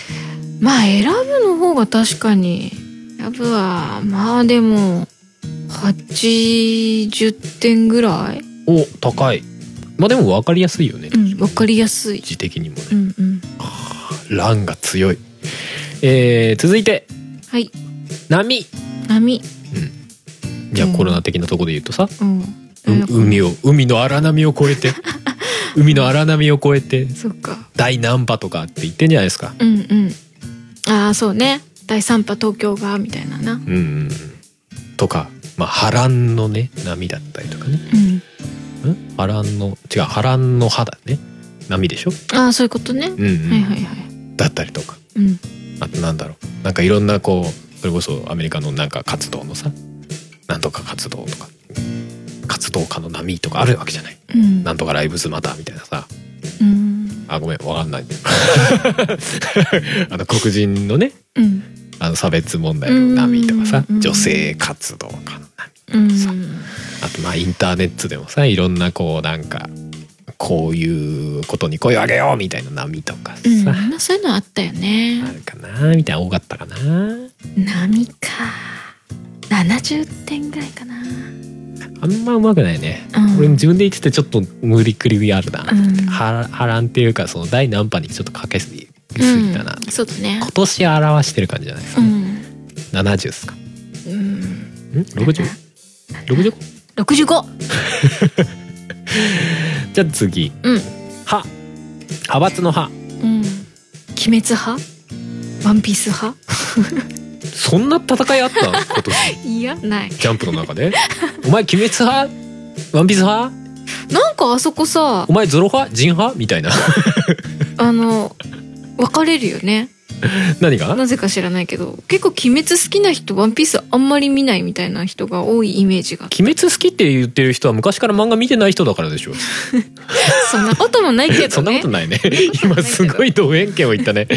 Speaker 2: まあ選ぶの方が確かに選ぶはまあでも80点ぐらい
Speaker 1: お高いまあでも分かりやすいよね、
Speaker 2: うんわかりやすい
Speaker 1: 字的にもね
Speaker 2: うんうん
Speaker 1: 乱が強い、えー、続いて
Speaker 2: はい
Speaker 1: 波
Speaker 2: 波
Speaker 1: じゃあ
Speaker 2: うん
Speaker 1: コロナ的なとこで言うとさ、
Speaker 2: うん
Speaker 1: う
Speaker 2: なんだこれ
Speaker 1: 海を海の荒波を越え て海の荒波を越えて
Speaker 2: そっか
Speaker 1: 大難波とかって言ってんじゃないですか
Speaker 2: うんうんああそうね第3波東京がみたいなな
Speaker 1: うんうんうんとか、まあ、波乱のね波だったりとかね
Speaker 2: うん
Speaker 1: ん波乱の違う波乱の波だね波でしょ、
Speaker 2: ああそういうことね、
Speaker 1: うんうん
Speaker 2: はいはいはい
Speaker 1: だったりとか
Speaker 2: うん
Speaker 1: あとなんだろうなんかいろんなこうそれこそアメリカのなんか活動のさなんとか活動とか活動家の波とかあるわけじゃない
Speaker 2: うん
Speaker 1: なんとかライブズマターみたいなさ
Speaker 2: うん
Speaker 1: あごめんわかんない あの黒人のね
Speaker 2: うん
Speaker 1: あの差別問題の波とかさ
Speaker 2: うん
Speaker 1: 女性活動家の波
Speaker 2: うん
Speaker 1: あとまあインターネットでもさいろんなこうなんかこういうことに声を上げようみたいな波とかさ、
Speaker 2: うんまあそういうのあったよね
Speaker 1: あるかなみたいな多かったかな
Speaker 2: 波か70点ぐらいかな
Speaker 1: あんまうまくないね、
Speaker 2: うん
Speaker 1: 俺自分で言っててちょっと無理くりあるな、
Speaker 2: うん
Speaker 1: は波乱っていうかその第何波にちょっとかけすぎすぎたな、
Speaker 2: うん、そうだね
Speaker 1: 今年表してる感じじゃないです
Speaker 2: う
Speaker 1: か、
Speaker 2: ん、
Speaker 1: 70っすかん
Speaker 2: うん、
Speaker 1: ?60?65?
Speaker 2: 65
Speaker 1: じゃあ次
Speaker 2: うん
Speaker 1: 歯派閥の歯
Speaker 2: うん鬼滅派ワンピース派
Speaker 1: そんな戦いあった今年
Speaker 2: いやない
Speaker 1: ジャンプの中でお前鬼滅派ワンピース派
Speaker 2: なんかあそこさ
Speaker 1: お前ゾロ派ジン派みたいな
Speaker 2: あの分かれるよね
Speaker 1: 何が
Speaker 2: なぜか知らないけど結構鬼滅好きな人ワンピースあんまり見ないみたいな人が多いイメージが
Speaker 1: 鬼滅好きって言ってる人は昔から漫画見てない人だからでしょ
Speaker 2: そんなこともないけ
Speaker 1: そ
Speaker 2: ど
Speaker 1: んなこ
Speaker 2: ね
Speaker 1: とないね
Speaker 2: んなことないけど
Speaker 1: 今すごい同縁権を言ったね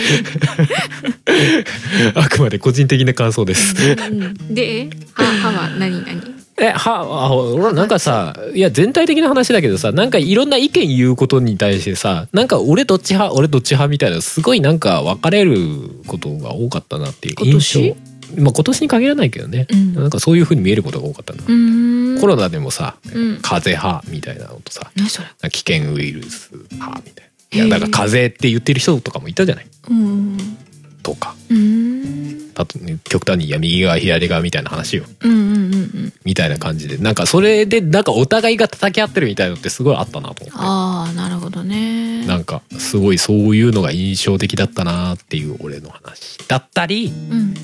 Speaker 1: あくまで個人的な感想です
Speaker 2: うんうんで歯歯は何何
Speaker 1: えはあ俺なんかさいや全体的な話だけどさなんかいろんな意見言うことに対してさなんか俺どっち派俺どっち派みたいなすごいなんか分かれることが多かったなっていう印象
Speaker 2: 今
Speaker 1: まあ、今年に限らないけどね、
Speaker 2: うん
Speaker 1: なんかそういうふうに見えることが多かったな、
Speaker 2: うーん
Speaker 1: コロナでもさ
Speaker 2: うん
Speaker 1: 風邪派みたいなのとさ
Speaker 2: 何それ
Speaker 1: 危険ウイルス派みたい
Speaker 2: へ
Speaker 1: な
Speaker 2: え
Speaker 1: いやだから風邪って言ってる人とかもいたじゃない
Speaker 2: うん
Speaker 1: とか
Speaker 2: うん
Speaker 1: あとね極端にいや右側左側みたいな話よ
Speaker 2: うんうんうんうん
Speaker 1: みたいな感じでなんかそれでなんかお互いが叩き合ってるみたいのってすごいあったなと思っ
Speaker 2: ああなるほどね
Speaker 1: てなんかすごいそういうのが印象的だったなっていう俺の話だったり
Speaker 2: うん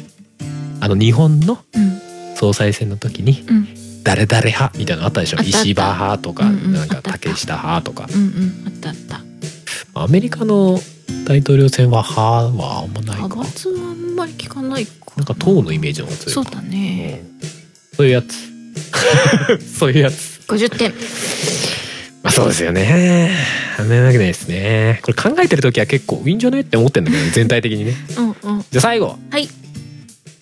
Speaker 1: あの日本の
Speaker 2: うん
Speaker 1: 総裁選の時に
Speaker 2: うん
Speaker 1: 誰々派みたいなのあったでしょ
Speaker 2: あったあった
Speaker 1: 石破派とか
Speaker 2: うんうん
Speaker 1: なんか
Speaker 2: あったあった
Speaker 1: 竹下派とか
Speaker 2: うんうんあったあった
Speaker 1: アメリカの大統領選は派はあんまない
Speaker 2: 派
Speaker 1: か
Speaker 2: 閥はあんまり聞かないか
Speaker 1: なんか党のイメージの方が
Speaker 2: そ
Speaker 1: 強
Speaker 2: う
Speaker 1: いか
Speaker 2: だね
Speaker 1: そういうやつそういうやつ
Speaker 2: 50点
Speaker 1: まあそうですよね。あんまりなくないですね。これ考えてる時は結構いいんじゃねって思ってんだけど、ね、全体的にね。
Speaker 2: うんうん
Speaker 1: じゃあ最後、
Speaker 2: はい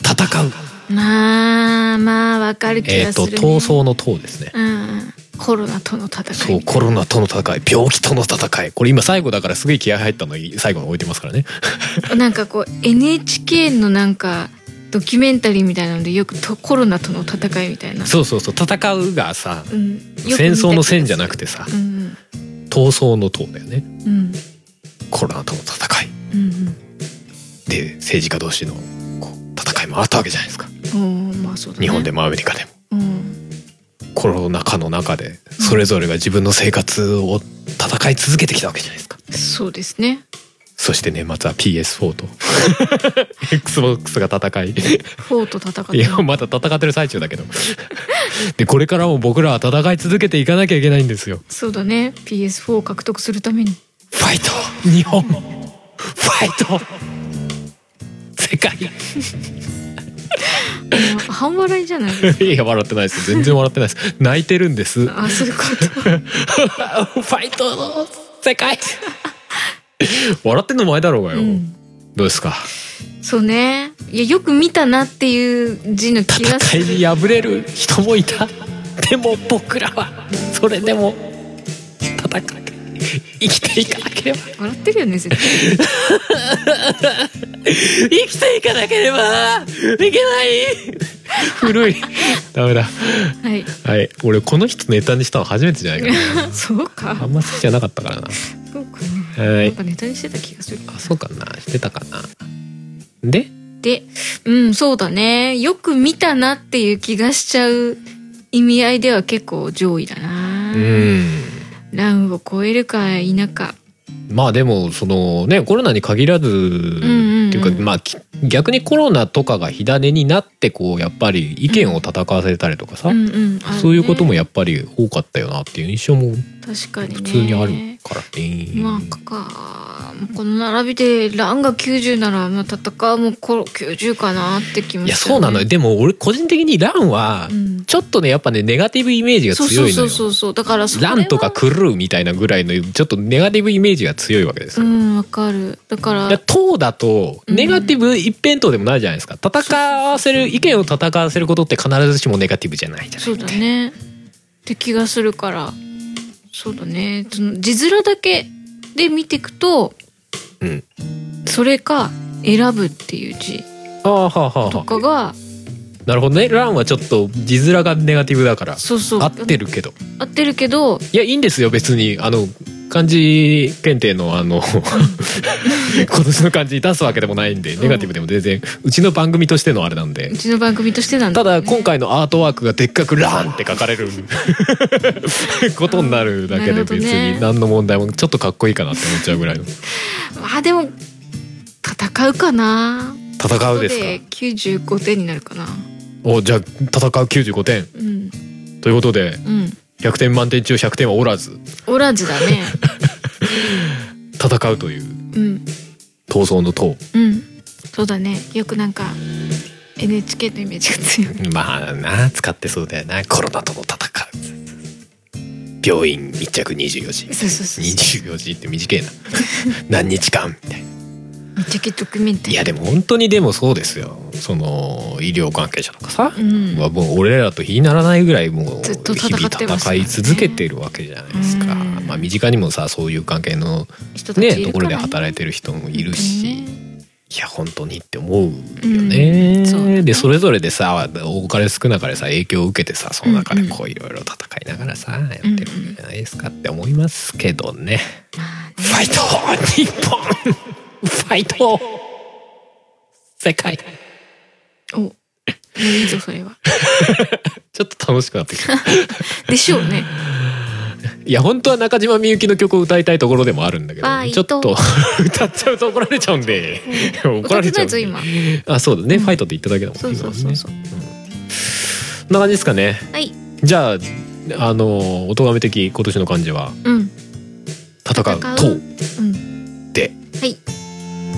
Speaker 1: 戦う。
Speaker 2: まあまあわかる気
Speaker 1: えっ、
Speaker 2: がす
Speaker 1: と、
Speaker 2: る、ね、
Speaker 1: 闘争の闘ですね。
Speaker 2: うんコロナとの戦い
Speaker 1: そうコロナとの戦い病気との戦いこれ今最後だからすげえ気合入ったの最後に置いてますからね
Speaker 2: なんかこう NHK のなんかドキュメンタリーみたいなのでよくとコロナとの戦いみたいな、
Speaker 1: そうそうそう戦うがさ
Speaker 2: うん、
Speaker 1: 戦争の線じゃなく
Speaker 2: て
Speaker 1: てさ
Speaker 2: うん
Speaker 1: 闘争の闘だよね
Speaker 2: うん
Speaker 1: コロナとの戦い
Speaker 2: うん
Speaker 1: で政治家同士のこう戦いもあったわけじゃないですか
Speaker 2: うんおーまあそうだね
Speaker 1: 日本でもアメリカでも
Speaker 2: うん
Speaker 1: コロナ禍の中でそれぞれが自分の生活を戦い続けてきたわけじゃないですか
Speaker 2: そうですね
Speaker 1: そして年末は PS4 と XBOX が戦い
Speaker 2: フォーと戦って
Speaker 1: いやまだ戦ってる最中だけどでこれからも僕らは戦い続けていかなきゃいけないんですよ
Speaker 2: そうだね PS4 を獲得するために
Speaker 1: ファイト日本ファイト世界
Speaker 2: あの半笑いじゃな いです
Speaker 1: いや笑ってないです全然笑ってないです泣いてるんです
Speaker 2: かあそういうこと
Speaker 1: ファイトの世界笑ってんの前だろうがよ、
Speaker 2: うん
Speaker 1: どうですか
Speaker 2: そうねいやよく見たなっていう字の気がす
Speaker 1: 戦い
Speaker 2: る
Speaker 1: に敗れる人もいたでも僕らはそれでも戦い生きていかなければ
Speaker 2: 笑ってるよね絶対
Speaker 1: 生きていかなければいけない古いダメだ
Speaker 2: はい
Speaker 1: はい俺この人ネタにしたの初めてじゃないかな
Speaker 2: そう
Speaker 1: あ
Speaker 2: か
Speaker 1: んま好きじゃなかったからな
Speaker 2: そうかね
Speaker 1: は
Speaker 2: なん
Speaker 1: い
Speaker 2: かネタにしてた気がする
Speaker 1: あそうかなしてたかなで
Speaker 2: でうんそうだねよく見たなっていう気がしちゃう意味合いでは結構上位だな、
Speaker 1: うん
Speaker 2: ランを超えるか否か
Speaker 1: まあでもそのねコロナに限らずって
Speaker 2: んうん
Speaker 1: いうかまあき逆にコロナとかが火種になってこうやっぱり意見を戦わせたりとかさ
Speaker 2: うんうんあるね
Speaker 1: そういうこともやっぱり多かったよなっていう印象も
Speaker 2: 確かにね
Speaker 1: 普通にあるからね。
Speaker 2: まあかこの並びでランが90ならまあ戦うもころ90かなって気も
Speaker 1: いやそうなのよでも俺個人的にランは
Speaker 2: うん
Speaker 1: ちょっとねやっぱねネガティブイメージが
Speaker 2: そう
Speaker 1: 強
Speaker 2: そ
Speaker 1: い
Speaker 2: う
Speaker 1: の
Speaker 2: そ
Speaker 1: よ
Speaker 2: うそうそうだからそれは
Speaker 1: ランとかクルーみたいなぐらいのちょっとネガティブイメージが強いわけです
Speaker 2: う
Speaker 1: よ。
Speaker 2: んわかるだから
Speaker 1: だ党だとネガティブ一辺倒でもないじゃないですか戦わせる意見を戦わせることって必ずしもネガティブじゃないじゃない
Speaker 2: そうだねって気がするからそうだねその字面だけで見ていくと
Speaker 1: うん
Speaker 2: それか「選ぶ」っていう字
Speaker 1: ああはあはあ
Speaker 2: と
Speaker 1: は
Speaker 2: かが
Speaker 1: あなるほどねランはちょっと字面がネガティブだから
Speaker 2: そうそう
Speaker 1: 合ってるけど
Speaker 2: 合ってるけど
Speaker 1: いやいいんですよ別にあの漢字検定のあ の今年の漢字出すわけでもないんでネガティブでも全然うちの番組としてのあれなんで
Speaker 2: うちの番組としてなんだ
Speaker 1: ただ今回のアートワークがでっかく「ラン」って書かれる ことになるだけで別に何の問題もちょっとかっこいいかなって思っちゃうぐらいの
Speaker 2: あでも戦うかな
Speaker 1: 戦うですか
Speaker 2: で95点になるかな
Speaker 1: おじゃあ戦う95点
Speaker 2: うん
Speaker 1: ということで
Speaker 2: うん
Speaker 1: 100点満点中100点はおらず
Speaker 2: おらず だね
Speaker 1: 戦うという
Speaker 2: うん
Speaker 1: 闘争の闘
Speaker 2: うんそうだねよくなんか NHK のイメージが強い
Speaker 1: まあな使ってそうだよなコロナとの戦う病院密着24時
Speaker 2: そうそうそう
Speaker 1: 24時って短 いな何日間みたいな
Speaker 2: めっちゃけドキュメンタ
Speaker 1: い
Speaker 2: リー
Speaker 1: やでも本当にでもそうですよその医療関係者とかさ、
Speaker 2: うん
Speaker 1: はもう俺らと比にならないぐらいもう
Speaker 2: ずっと戦
Speaker 1: 日
Speaker 2: ってま
Speaker 1: 々
Speaker 2: したからね
Speaker 1: 戦い続けてるわけじゃないですか、
Speaker 2: うん
Speaker 1: まあ身近にもさそういう関係の
Speaker 2: 人たちいる
Speaker 1: ねところで働い
Speaker 2: て
Speaker 1: てる人もいるし、いや本当にって思うよ
Speaker 2: うん
Speaker 1: ね,、
Speaker 2: そうだね
Speaker 1: でそれぞれでさ多かれ少なかれさ影響を受けてさその中
Speaker 2: う
Speaker 1: で
Speaker 2: んうん
Speaker 1: こういろいろ戦いながらさ、やってるんじゃないですかって思いますけどね。ファイト日本ファイト世界
Speaker 2: おもういいぞそれは
Speaker 1: ちょっと楽しくなってきた。
Speaker 2: でしょうね
Speaker 1: いや本当は中島みゆきの曲を歌いたいところでもあるんだけど、
Speaker 2: ファイ
Speaker 1: ちょ
Speaker 2: ト
Speaker 1: っと 歌っちゃうと怒られちゃうんで、 怒られちゃうんで
Speaker 2: 歌ってないぞ
Speaker 1: あそうだね、ファイトって言っただけだもんね
Speaker 2: そうそうそうそう
Speaker 1: 今はねうんこんな感じですかね
Speaker 2: はい
Speaker 1: じゃああのおとがめ的今年の漢字は
Speaker 2: うん
Speaker 1: 「戦う」
Speaker 2: 戦う
Speaker 1: と
Speaker 2: うん
Speaker 1: で
Speaker 2: はい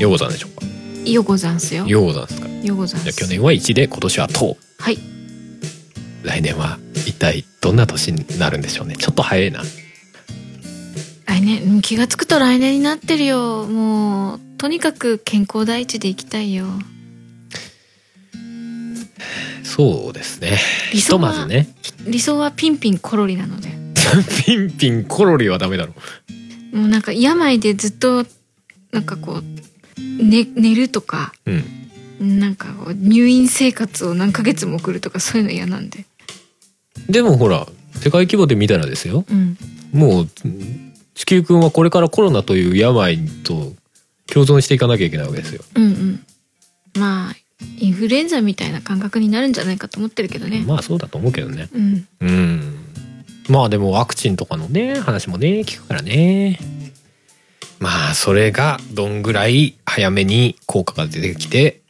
Speaker 1: ようござんでしょうか
Speaker 2: よござんすよ
Speaker 1: ようござんですかじ
Speaker 2: よござん
Speaker 1: ゃあ
Speaker 2: す
Speaker 1: 去年は1で今年は「と
Speaker 2: はい」
Speaker 1: 来年は一体どんな年になるんでしょうねちょっと早いな
Speaker 2: 来年うん気がつくと来年になってるよもうとにかく健康第一でいきたいよ
Speaker 1: そうですね
Speaker 2: 理
Speaker 1: ひ
Speaker 2: 想
Speaker 1: と
Speaker 2: は
Speaker 1: まずね
Speaker 2: 理想はピンピンコロリなので
Speaker 1: ピンピンコロリはダメだろ
Speaker 2: もうなんか病でずっとなんかこう、ね、寝るとか
Speaker 1: うん
Speaker 2: なんかこう入院生活を何ヶ月も送るとかそういうの嫌なんで、
Speaker 1: でもほら世界規模で見たらですよ
Speaker 2: うん、
Speaker 1: もううん地球くんはこれからコロナという病と共存していかなきゃいけないわけですよ、
Speaker 2: うんうんまあインフルエンザみたいな感覚になるんじゃないかと思ってるけどね、
Speaker 1: まあそうだと思うけどね
Speaker 2: うん
Speaker 1: うんまあでもワクチンとかのね話もね聞くからねまあそれがどんぐらい早めに効果が出てきて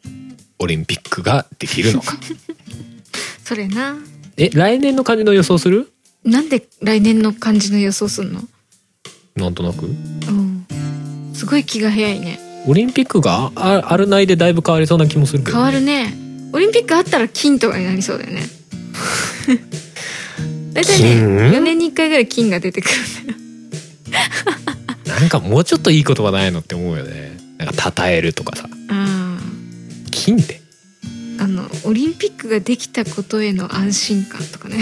Speaker 1: オリンピックができるのか
Speaker 2: それな
Speaker 1: え来年の感じの予想する
Speaker 2: なんで来年の感じの予想すんの
Speaker 1: なんとなく
Speaker 2: うんすごい気が早いね
Speaker 1: オリンピックがああるないでだいぶ変わりそうな気もするけど、
Speaker 2: 変わるねオリンピックあったら金とかになりそ うだよね大体ね
Speaker 1: 金
Speaker 2: 4年に1回ぐらい金が出てくるんだよ
Speaker 1: なんかもうちょっといい言葉ないのって思うよねなんか「称える」とかさ
Speaker 2: あ
Speaker 1: 「金」って
Speaker 2: ーあのオリンピックができたことへの安心感とかね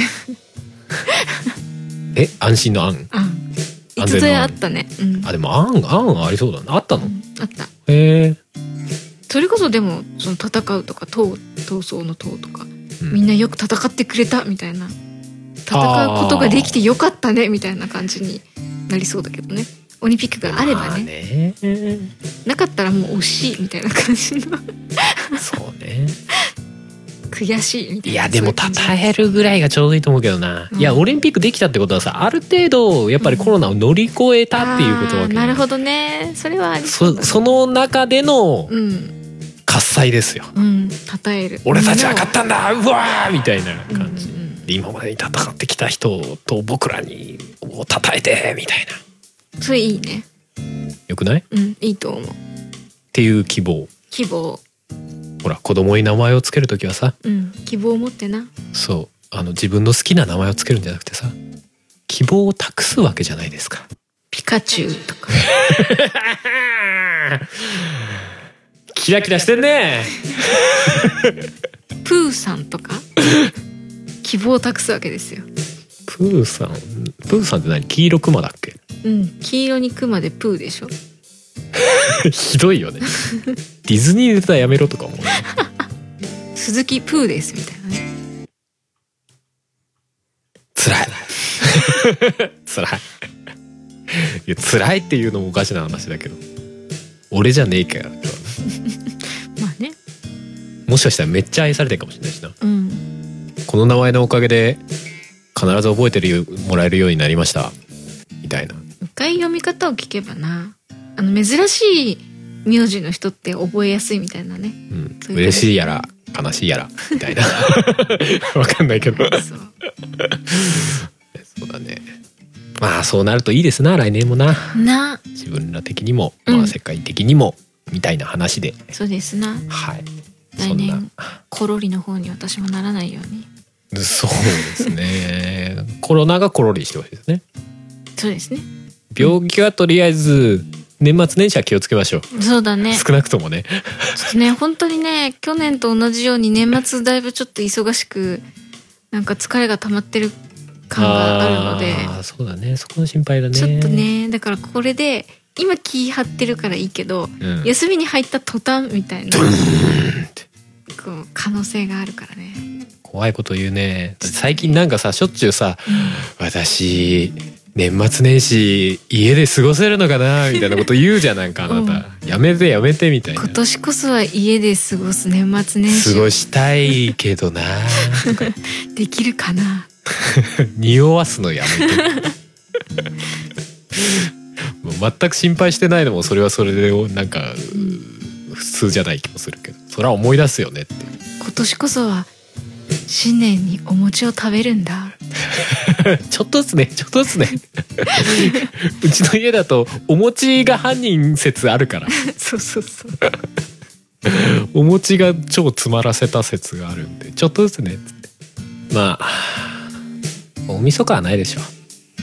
Speaker 1: え安心の「安
Speaker 2: あ
Speaker 1: 安全の
Speaker 2: いつぞやあったねうん」
Speaker 1: あでも「安」「安」ありそうだなあったの、
Speaker 2: うんあった
Speaker 1: へえ、
Speaker 2: それこそでもその戦うとか闘闘争の闘とか
Speaker 1: うん
Speaker 2: みんなよく戦ってくれたみたいな戦うことができてよかったねみたいな感じになりそうだけどねオリンピックがあれば
Speaker 1: ま
Speaker 2: ね
Speaker 1: ね
Speaker 2: なかったらもう惜しいみたいな感じの
Speaker 1: そうね
Speaker 2: 悔しいみたいない
Speaker 1: やでも
Speaker 2: そういう感
Speaker 1: 称
Speaker 2: じ
Speaker 1: えるぐらいがちょうどいいと思うけどな、
Speaker 2: うん
Speaker 1: いやオリンピックできたってことはさある程度やっぱりコロナを乗り越えたっていうこと
Speaker 2: あ
Speaker 1: わ
Speaker 2: ー
Speaker 1: け
Speaker 2: なるほどねそれはありそう
Speaker 1: そその中での
Speaker 2: うん
Speaker 1: 喝采ですよ、
Speaker 2: うん称える
Speaker 1: 俺たちは勝ったたんだうわーみたいな感じ、
Speaker 2: うんうんうん
Speaker 1: で今までに戦ってきた人と僕らにを称えてみたいな
Speaker 2: それいいね
Speaker 1: よくないっ
Speaker 2: うんいいと思う
Speaker 1: ていう希望
Speaker 2: 希望
Speaker 1: ほら子供に名前をつける時はさ
Speaker 2: うん希望を持ってな
Speaker 1: そうあの自分の好きな名前をつけるんじゃなくてさ希望を託すわけじゃないですか
Speaker 2: ピカチュウとか
Speaker 1: キラキラしてんね
Speaker 2: プーさんと か希望を託すわけですよ
Speaker 1: プーさんプーさんって何黄色クマだっけ
Speaker 2: うん黄色にクマでプーでしょ
Speaker 1: ひどいよねディズニーネタやめろとか思うね
Speaker 2: 鈴木プーですみたいなね
Speaker 1: 辛い 辛いいや辛いっていうのもおかしな話だけど俺じゃねえから
Speaker 2: まあね
Speaker 1: もしかしたらめっちゃ愛されてるかもしれないしな
Speaker 2: うん
Speaker 1: この名前のおかげで必ず覚えてるもらえるようになりましたみたいな
Speaker 2: 一回読み方を聞けばなあの珍しい名字の人って覚えやすいみたいな ね
Speaker 1: うん
Speaker 2: そういうこと
Speaker 1: 嬉しいやら悲しいやらみたいな わかんないけど
Speaker 2: そう
Speaker 1: そうだねまあそうなるといいですな来年もな
Speaker 2: な
Speaker 1: 自分ら的にも、
Speaker 2: うん
Speaker 1: まあ、世界的にもみたいな話で、
Speaker 2: そうですな
Speaker 1: はいそ
Speaker 2: 来
Speaker 1: ん
Speaker 2: 年
Speaker 1: な
Speaker 2: コロリの方に私もならないように
Speaker 1: そうですねコロナがコロリしてほしいですね
Speaker 2: そうですね
Speaker 1: 病気はとりあえず年末年始は気をつけましょう
Speaker 2: そうだね
Speaker 1: 少なくともね
Speaker 2: ちょっとね本当にね去年と同じように年末だいぶちょっと忙しくなんか疲れが溜まってる感があるので
Speaker 1: ーそうだねそこの心配だね
Speaker 2: ちょっとねだからこれで今気張ってるからいいけど
Speaker 1: うん
Speaker 2: 休みに入った途端みたいなこう可能性があるからね
Speaker 1: 怖いこと言うねだって最近なんかさしょっちゅうさ「私年末年始家で過ごせるのかな」みたいなこと言うじゃんなんかあな た、やめてやめてみたいな
Speaker 2: 今年こそは家で過ごす年末年
Speaker 1: 過
Speaker 2: 始
Speaker 1: ごしたいけどな
Speaker 2: できるかな
Speaker 1: 匂わすのやめてもう全く心配してないのもそれはそれでなんかう普通じゃない気もするけどそれは思い出すよねって
Speaker 2: 今年こそは新年にお餅を食べる んだ
Speaker 1: ちょっとずつねちょっとずつね うちの家だとお餅が犯人説あるから
Speaker 2: そうそうそう
Speaker 1: お餅が超詰まらせた説があるんでちょっとずつねつってまあ大晦日はないでしょ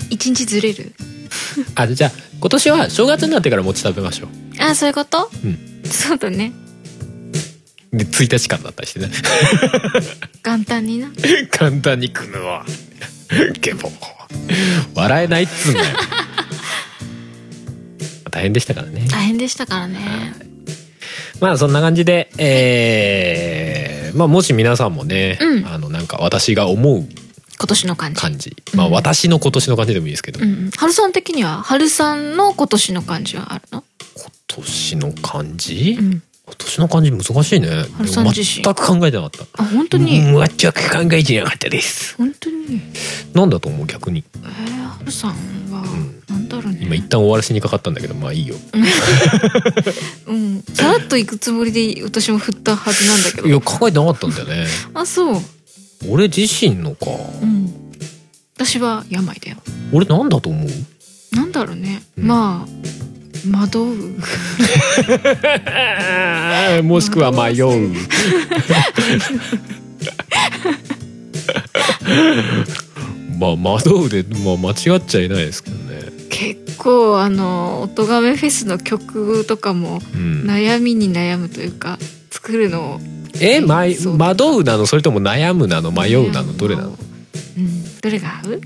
Speaker 2: 一日ずれる
Speaker 1: あじゃあ今年は正月になってから餅食べましょ
Speaker 2: あそういうこと、
Speaker 1: うん
Speaker 2: そうだね
Speaker 1: うで1日間だったりしてね
Speaker 2: 元旦にな
Speaker 1: 簡単に組むわゲボ笑えないっつうんだよ 大変でしたからね
Speaker 2: 大変でしたからね
Speaker 1: まあそんな感じでえーまあもし皆さんもね、
Speaker 2: うん
Speaker 1: あのなんか私が思う
Speaker 2: 今年の感じ
Speaker 1: 感じまあ
Speaker 2: うん
Speaker 1: 私の今年の感じでもいいですけど、
Speaker 2: うんうん春さん的には春さんの今年の感じはあるの、
Speaker 1: 今年の感じ、
Speaker 2: う
Speaker 1: 今
Speaker 2: ん、
Speaker 1: 年の感じ難しいね
Speaker 2: 春さん自身
Speaker 1: 全く考えてなかった
Speaker 2: あ本当に、
Speaker 1: うん全く考えてなかったです
Speaker 2: 本当に
Speaker 1: なんだと思う逆に
Speaker 2: えー、春さんは、
Speaker 1: ん
Speaker 2: なんだろうね
Speaker 1: 今一旦終わらせにかかったんだけどまあいいよ
Speaker 2: うんさらっと行くつもりで私も振ったはずなんだけ
Speaker 1: い
Speaker 2: ど
Speaker 1: や考えてなかったんだよ ね
Speaker 2: あそう
Speaker 1: 俺自身のか
Speaker 2: うん私は病だよ
Speaker 1: 俺なんだと思う
Speaker 2: なんだろうね、
Speaker 1: うん
Speaker 2: まあ惑う
Speaker 1: もしくは迷う。 まあ惑うで、まあ、間違っちゃいないですけどね。
Speaker 2: 結構あの音亀フェスの曲とかも
Speaker 1: うん、
Speaker 2: 悩みに悩むというか作るのを
Speaker 1: え、ま、
Speaker 2: そう
Speaker 1: 惑うなのそれとも悩むなの迷うなのどれなの
Speaker 2: うん、どれが合う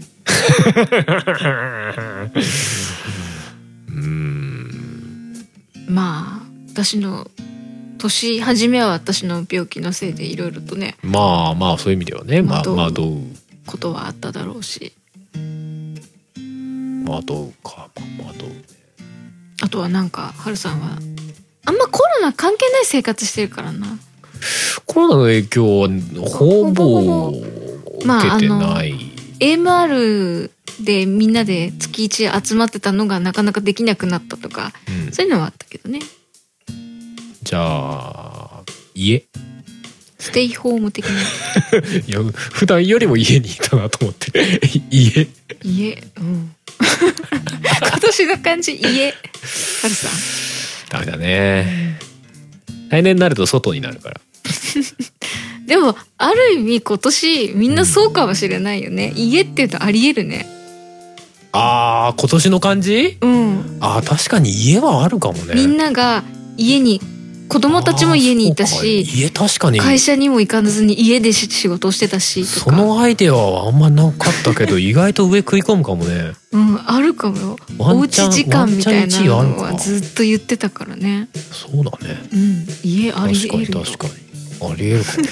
Speaker 1: うん
Speaker 2: まあ私の年初めは私の病気のせいでいろいろとね
Speaker 1: まあまあそういう意味ではね、まあ、
Speaker 2: 惑う
Speaker 1: 惑う
Speaker 2: ことはあっただろうし
Speaker 1: 惑うか、まあ、惑う
Speaker 2: あとはなんかはるさんはあんまコロナ関係ない生活してるからな
Speaker 1: コロナの影響はほぼ受けて
Speaker 2: まあ
Speaker 1: な
Speaker 2: あ
Speaker 1: い、
Speaker 2: AMR でみんなで月1集まってたのがなかなかできなくなったとか
Speaker 1: うん
Speaker 2: そういうのはあったけどね
Speaker 1: じゃあ家
Speaker 2: ステイホーム的ない
Speaker 1: や普段よりも家にいたなと思って 家
Speaker 2: 家うん今年の感じ家はるさん
Speaker 1: ダメだね来年になると外になるから
Speaker 2: でもある意味今年みんなそうかもしれないよね家っていうとありえるね
Speaker 1: あー今年の感じ
Speaker 2: うん
Speaker 1: あー確かに家はあるかもね
Speaker 2: みんなが家に子供たちも家にいた
Speaker 1: あー
Speaker 2: し
Speaker 1: そうか家確かに
Speaker 2: 会社にも行かずに家でし仕事をしてたしと
Speaker 1: そ
Speaker 2: か
Speaker 1: のアイデアはあんまなかった けど意外と上食い込むかもね
Speaker 2: うんあるかもよ
Speaker 1: ワ
Speaker 2: お
Speaker 1: ン
Speaker 2: う
Speaker 1: チャン
Speaker 2: ち時間みた
Speaker 1: ワン
Speaker 2: いなの
Speaker 1: チャン1位ある
Speaker 2: は
Speaker 1: か
Speaker 2: ずっと言ってたからね
Speaker 1: そうだね
Speaker 2: うん家あり
Speaker 1: 確か
Speaker 2: え
Speaker 1: に
Speaker 2: るよ
Speaker 1: 確かにありえるかもね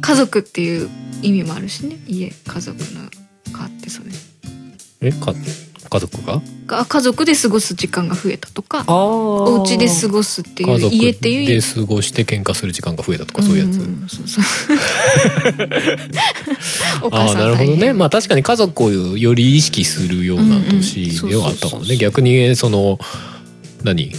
Speaker 2: 家族っていう意味もあるしね家家族の家ってそうです
Speaker 1: えか家族が
Speaker 2: が家族で過ごす時間が増えたとか
Speaker 1: あ
Speaker 2: お
Speaker 1: お
Speaker 2: 家で過ごすってい
Speaker 1: 家
Speaker 2: う
Speaker 1: 族
Speaker 2: 家っていう
Speaker 1: で過ごして喧嘩する時間が増えたとかそういうやつ、
Speaker 2: んん そうそうお
Speaker 1: あ
Speaker 2: 母
Speaker 1: あ
Speaker 2: さん
Speaker 1: なるほどね、
Speaker 2: 大変
Speaker 1: まあ、確かに家族をより意識するような年ではあったかも
Speaker 2: うんうんそうそうそうそ
Speaker 1: ね
Speaker 2: う
Speaker 1: 逆にその何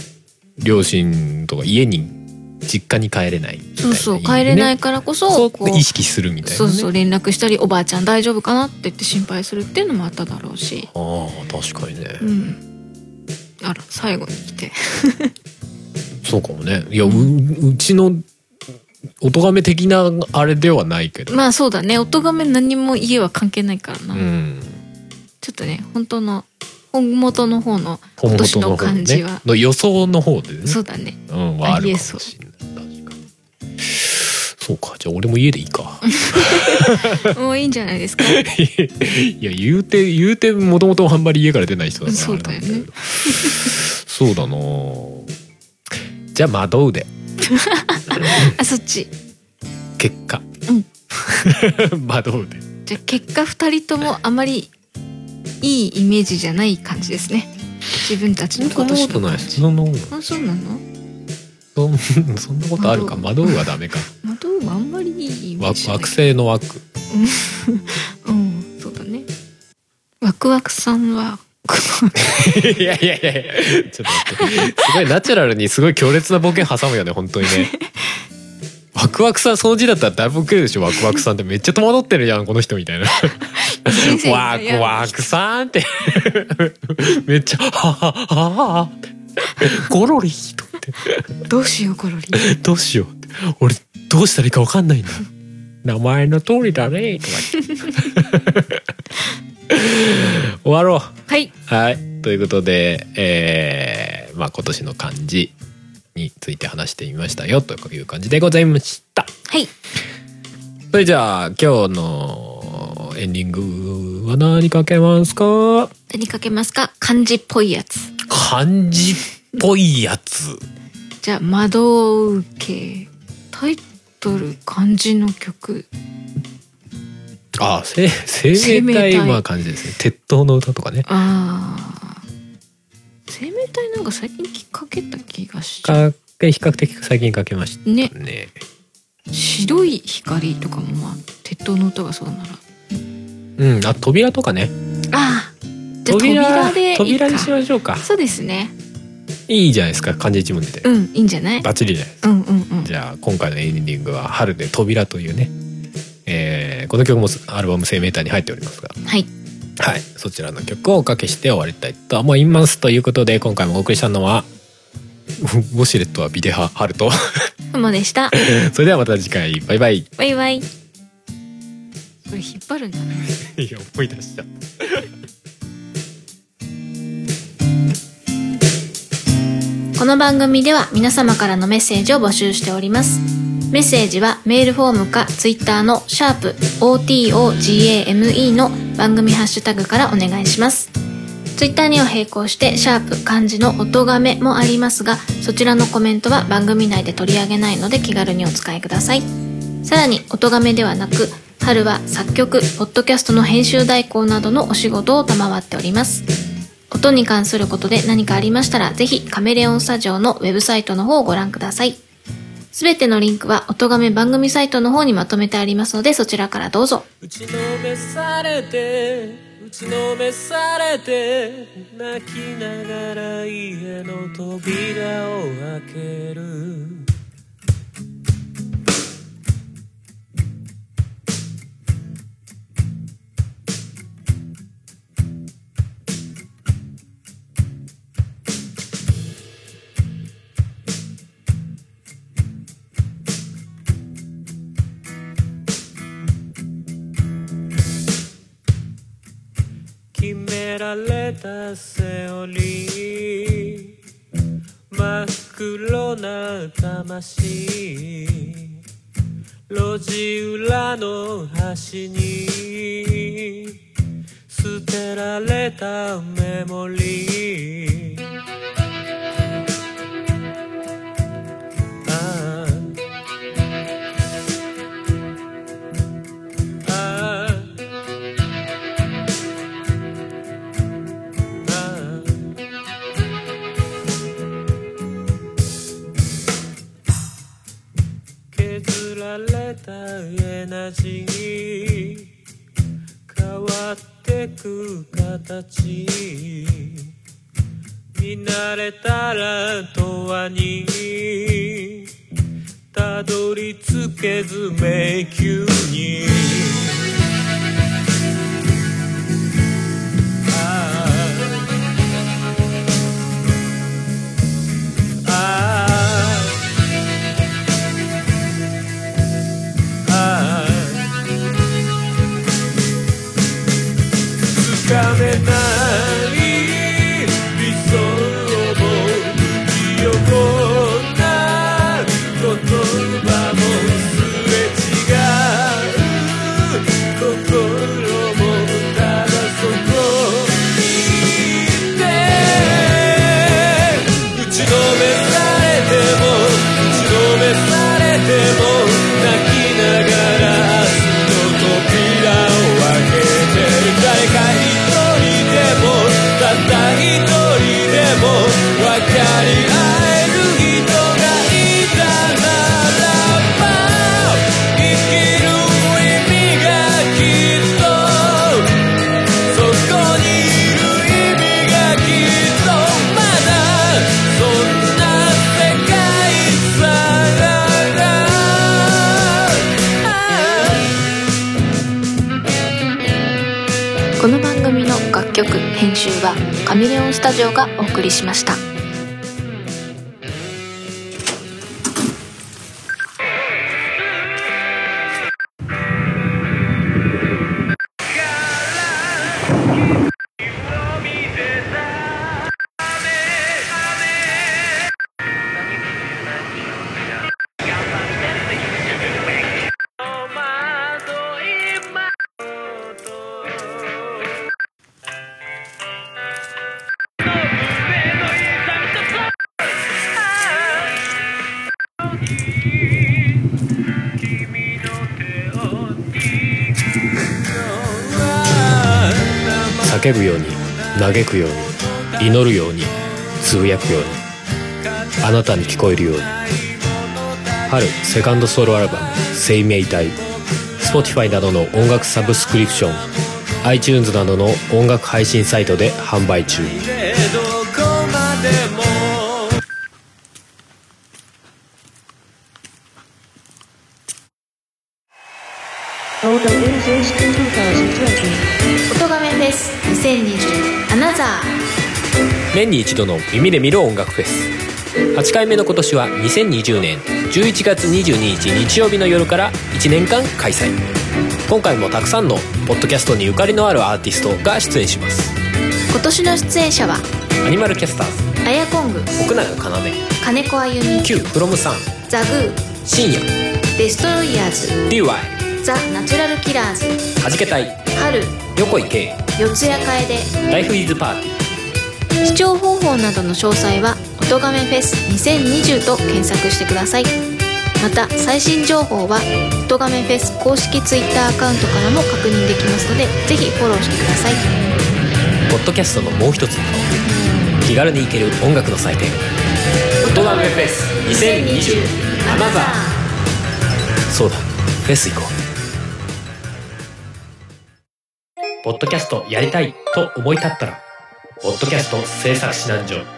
Speaker 1: 両親とか家に実家に帰れないみたい
Speaker 2: そ
Speaker 1: な
Speaker 2: うそう帰れないいからこそ
Speaker 1: そう
Speaker 2: こ
Speaker 1: 意
Speaker 2: う
Speaker 1: 識するみたいな、
Speaker 2: そ
Speaker 1: ね、
Speaker 2: うそう連絡したりおばあちゃん大丈夫かなって言って心配するっていうのもあっただろうし
Speaker 1: ああ確かにね、
Speaker 2: うんあら最後に来て
Speaker 1: そうかもねいやううちのお咎め的なあれではないけど、
Speaker 2: まあそうだね音がめ何も家は関係ないからな、
Speaker 1: うん
Speaker 2: ちょっとね本当の本元の方の今年の
Speaker 1: 方
Speaker 2: 感じは、
Speaker 1: の予想の方でね
Speaker 2: そうだね
Speaker 1: うん、はあ
Speaker 2: あ
Speaker 1: る
Speaker 2: りえ
Speaker 1: か
Speaker 2: そ
Speaker 1: も
Speaker 2: う
Speaker 1: しれない確かにそうかじゃあ俺も家でいいか
Speaker 2: もういいんじゃないです か
Speaker 1: いや言うて言うてもともとあんまり家から出ない人だから
Speaker 2: そうだよね
Speaker 1: あれなんけどそうだなじゃあ惑うで
Speaker 2: あそっち
Speaker 1: 結果、うん 惑うで
Speaker 2: じゃあ結果2人ともあまりいいイメージじゃない感じですね自分たちの
Speaker 1: そ
Speaker 2: 今
Speaker 1: んなこ
Speaker 2: 年
Speaker 1: と
Speaker 2: の
Speaker 1: ない
Speaker 2: 感
Speaker 1: です
Speaker 2: じ
Speaker 1: そんなこ
Speaker 2: あそうなの
Speaker 1: とそんそんなことあるか惑
Speaker 2: 惑う
Speaker 1: うはダメか
Speaker 2: 窓はあんまりいいイメー
Speaker 1: わ
Speaker 2: ジじゃない
Speaker 1: 惑星の枠
Speaker 2: うんそうだねワクワクさんは
Speaker 1: いやいやいやいやちょっと待ってすごいナチュラルにすごい強烈なボケ挟むよね本当にねワクワクさんその字だったらだいぶウケるでしょワクワクさんってめっちゃ戸惑ってるじゃんこの人みたいな
Speaker 2: 先生
Speaker 1: ワクワクさんってめっちゃははははゴロリと思って
Speaker 2: どうしようコロリ
Speaker 1: どうしようって俺どうしたらいいかわかんないんだ名前の通りだねとか言って終わろう
Speaker 2: はい
Speaker 1: はい。ということで、えー、まあ今年の漢字について話してみましたよという感じでございました。
Speaker 2: はい
Speaker 1: それじゃあ今日のエンディングは何かけますか
Speaker 2: 何かけますか漢字っぽいやつ
Speaker 1: 漢字っぽいやつ
Speaker 2: じゃあ「窓受け」タイトル漢字の曲
Speaker 1: あ生生命体まあ感じですね鉄塔の歌とかね
Speaker 2: あー生命体なんか最近きっかけた気がしちゃう
Speaker 1: か比較的最近かけまし
Speaker 2: ね
Speaker 1: たね
Speaker 2: 白い光とかもまあ鉄塔の音がそうなら
Speaker 1: うんあ扉とかね
Speaker 2: あーじゃあ扉でいいか
Speaker 1: 扉にしましょうか
Speaker 2: そうですね
Speaker 1: いいじゃないですか漢字一文字で、
Speaker 2: うんいいんじゃない
Speaker 1: バッチリじゃないですか
Speaker 2: うんうんうん
Speaker 1: じゃあ今回のエンディングは「春で扉」というね、えーこの曲もアルバム「生命体」に入っておりますが、
Speaker 2: はい
Speaker 1: はい、そちらの曲をおかけして終わりたいと思いますということで今回もお送りしたのは 「ウォシュレットは ビデハ春と
Speaker 2: ふもでした
Speaker 1: それではまた次回バイ バイ
Speaker 2: バイバイこれ引っ張るんだね
Speaker 1: いや思い出しちゃった
Speaker 2: この番組では皆様からのメッセージを募集しておりますメッセージはメールフォームかツイッターのシャープ o t o g a m e の番組ハッシュタグからお願いしますツイッターには並行してシャープ漢字の音がめもありますがそちらのコメントは番組内で取り上げないので気軽にお使いくださいさらに音がめではなく春は作曲ポッドキャストの編集代行などのお仕事を賜っております音に関することで何かありましたら、ぜひカメレオンスタジオのウェブサイトの方をご覧ください。すべてのリンクは音亀番組サイトの方にまとめてありますので、そちらからどうぞ。
Speaker 3: 打ちのめされて打ちのめされて泣きながら家の扉を開ける決められたセオリー真っ黒な魂路地裏の端に捨てられたメモリーああああ削られたエナジー変わってく形見慣れたら永遠にたどり着けず迷宮にああああつかめない理想をも吹き起こった言葉もすれ違う心もただそこにいて打ちのめされても打ちのめされても泣きながら家の扉を開けて誰か一人でもたった一人でも分かり合える人がいたならば生きる意味がきっと「そこにいる意味がきっとまだそんな世界さらだ」
Speaker 2: この番組の楽曲、編集はカメレオンスタジオがお送りしました。
Speaker 3: 「戸惑いま」「戸惑
Speaker 1: 叫ぶように嘆くように祈るようにつぶやくようにあなたに聞こえるように春セカンドソロアルバム「生命体」Spotify などの音楽サブスクリプション iTunes などの音楽配信サイトで販売中
Speaker 3: でどこまでも
Speaker 2: 音がめです2020アナザ
Speaker 1: 年に一度の耳で見る音楽フェス8回目の今年は2020年11月22日日曜日の夜から1年間開催今回もたくさんのポッドキャストにゆかりのあるアーティストが出演します
Speaker 2: ー今年の出演者は
Speaker 1: アニマルキャスターズ
Speaker 2: アヤコング
Speaker 1: 奥永要
Speaker 2: 金子あゆみ
Speaker 1: Q フロムさん
Speaker 2: ザグー
Speaker 1: 深夜
Speaker 2: デストロイヤー
Speaker 1: DY
Speaker 2: ズザ・ナチュラルキラーズ
Speaker 1: はじけたい
Speaker 2: 春
Speaker 1: 横井圭
Speaker 2: 四谷楓
Speaker 1: ライフイズパーティ
Speaker 2: 視聴方法などの詳細は「音亀フェス2020」と検索してくださいまた最新情報は「音亀フェス」公式 Twitter アカウントからも確認できますのでぜひフォローしてください
Speaker 1: ーポッドキャストのもう一つの顔気軽に行ける音楽の祭典「音メフェス2020アナザー」そうだ、フェス行こう。ポッドキャストやりたいと思い立ったら、ポッドキャスト制作指南所。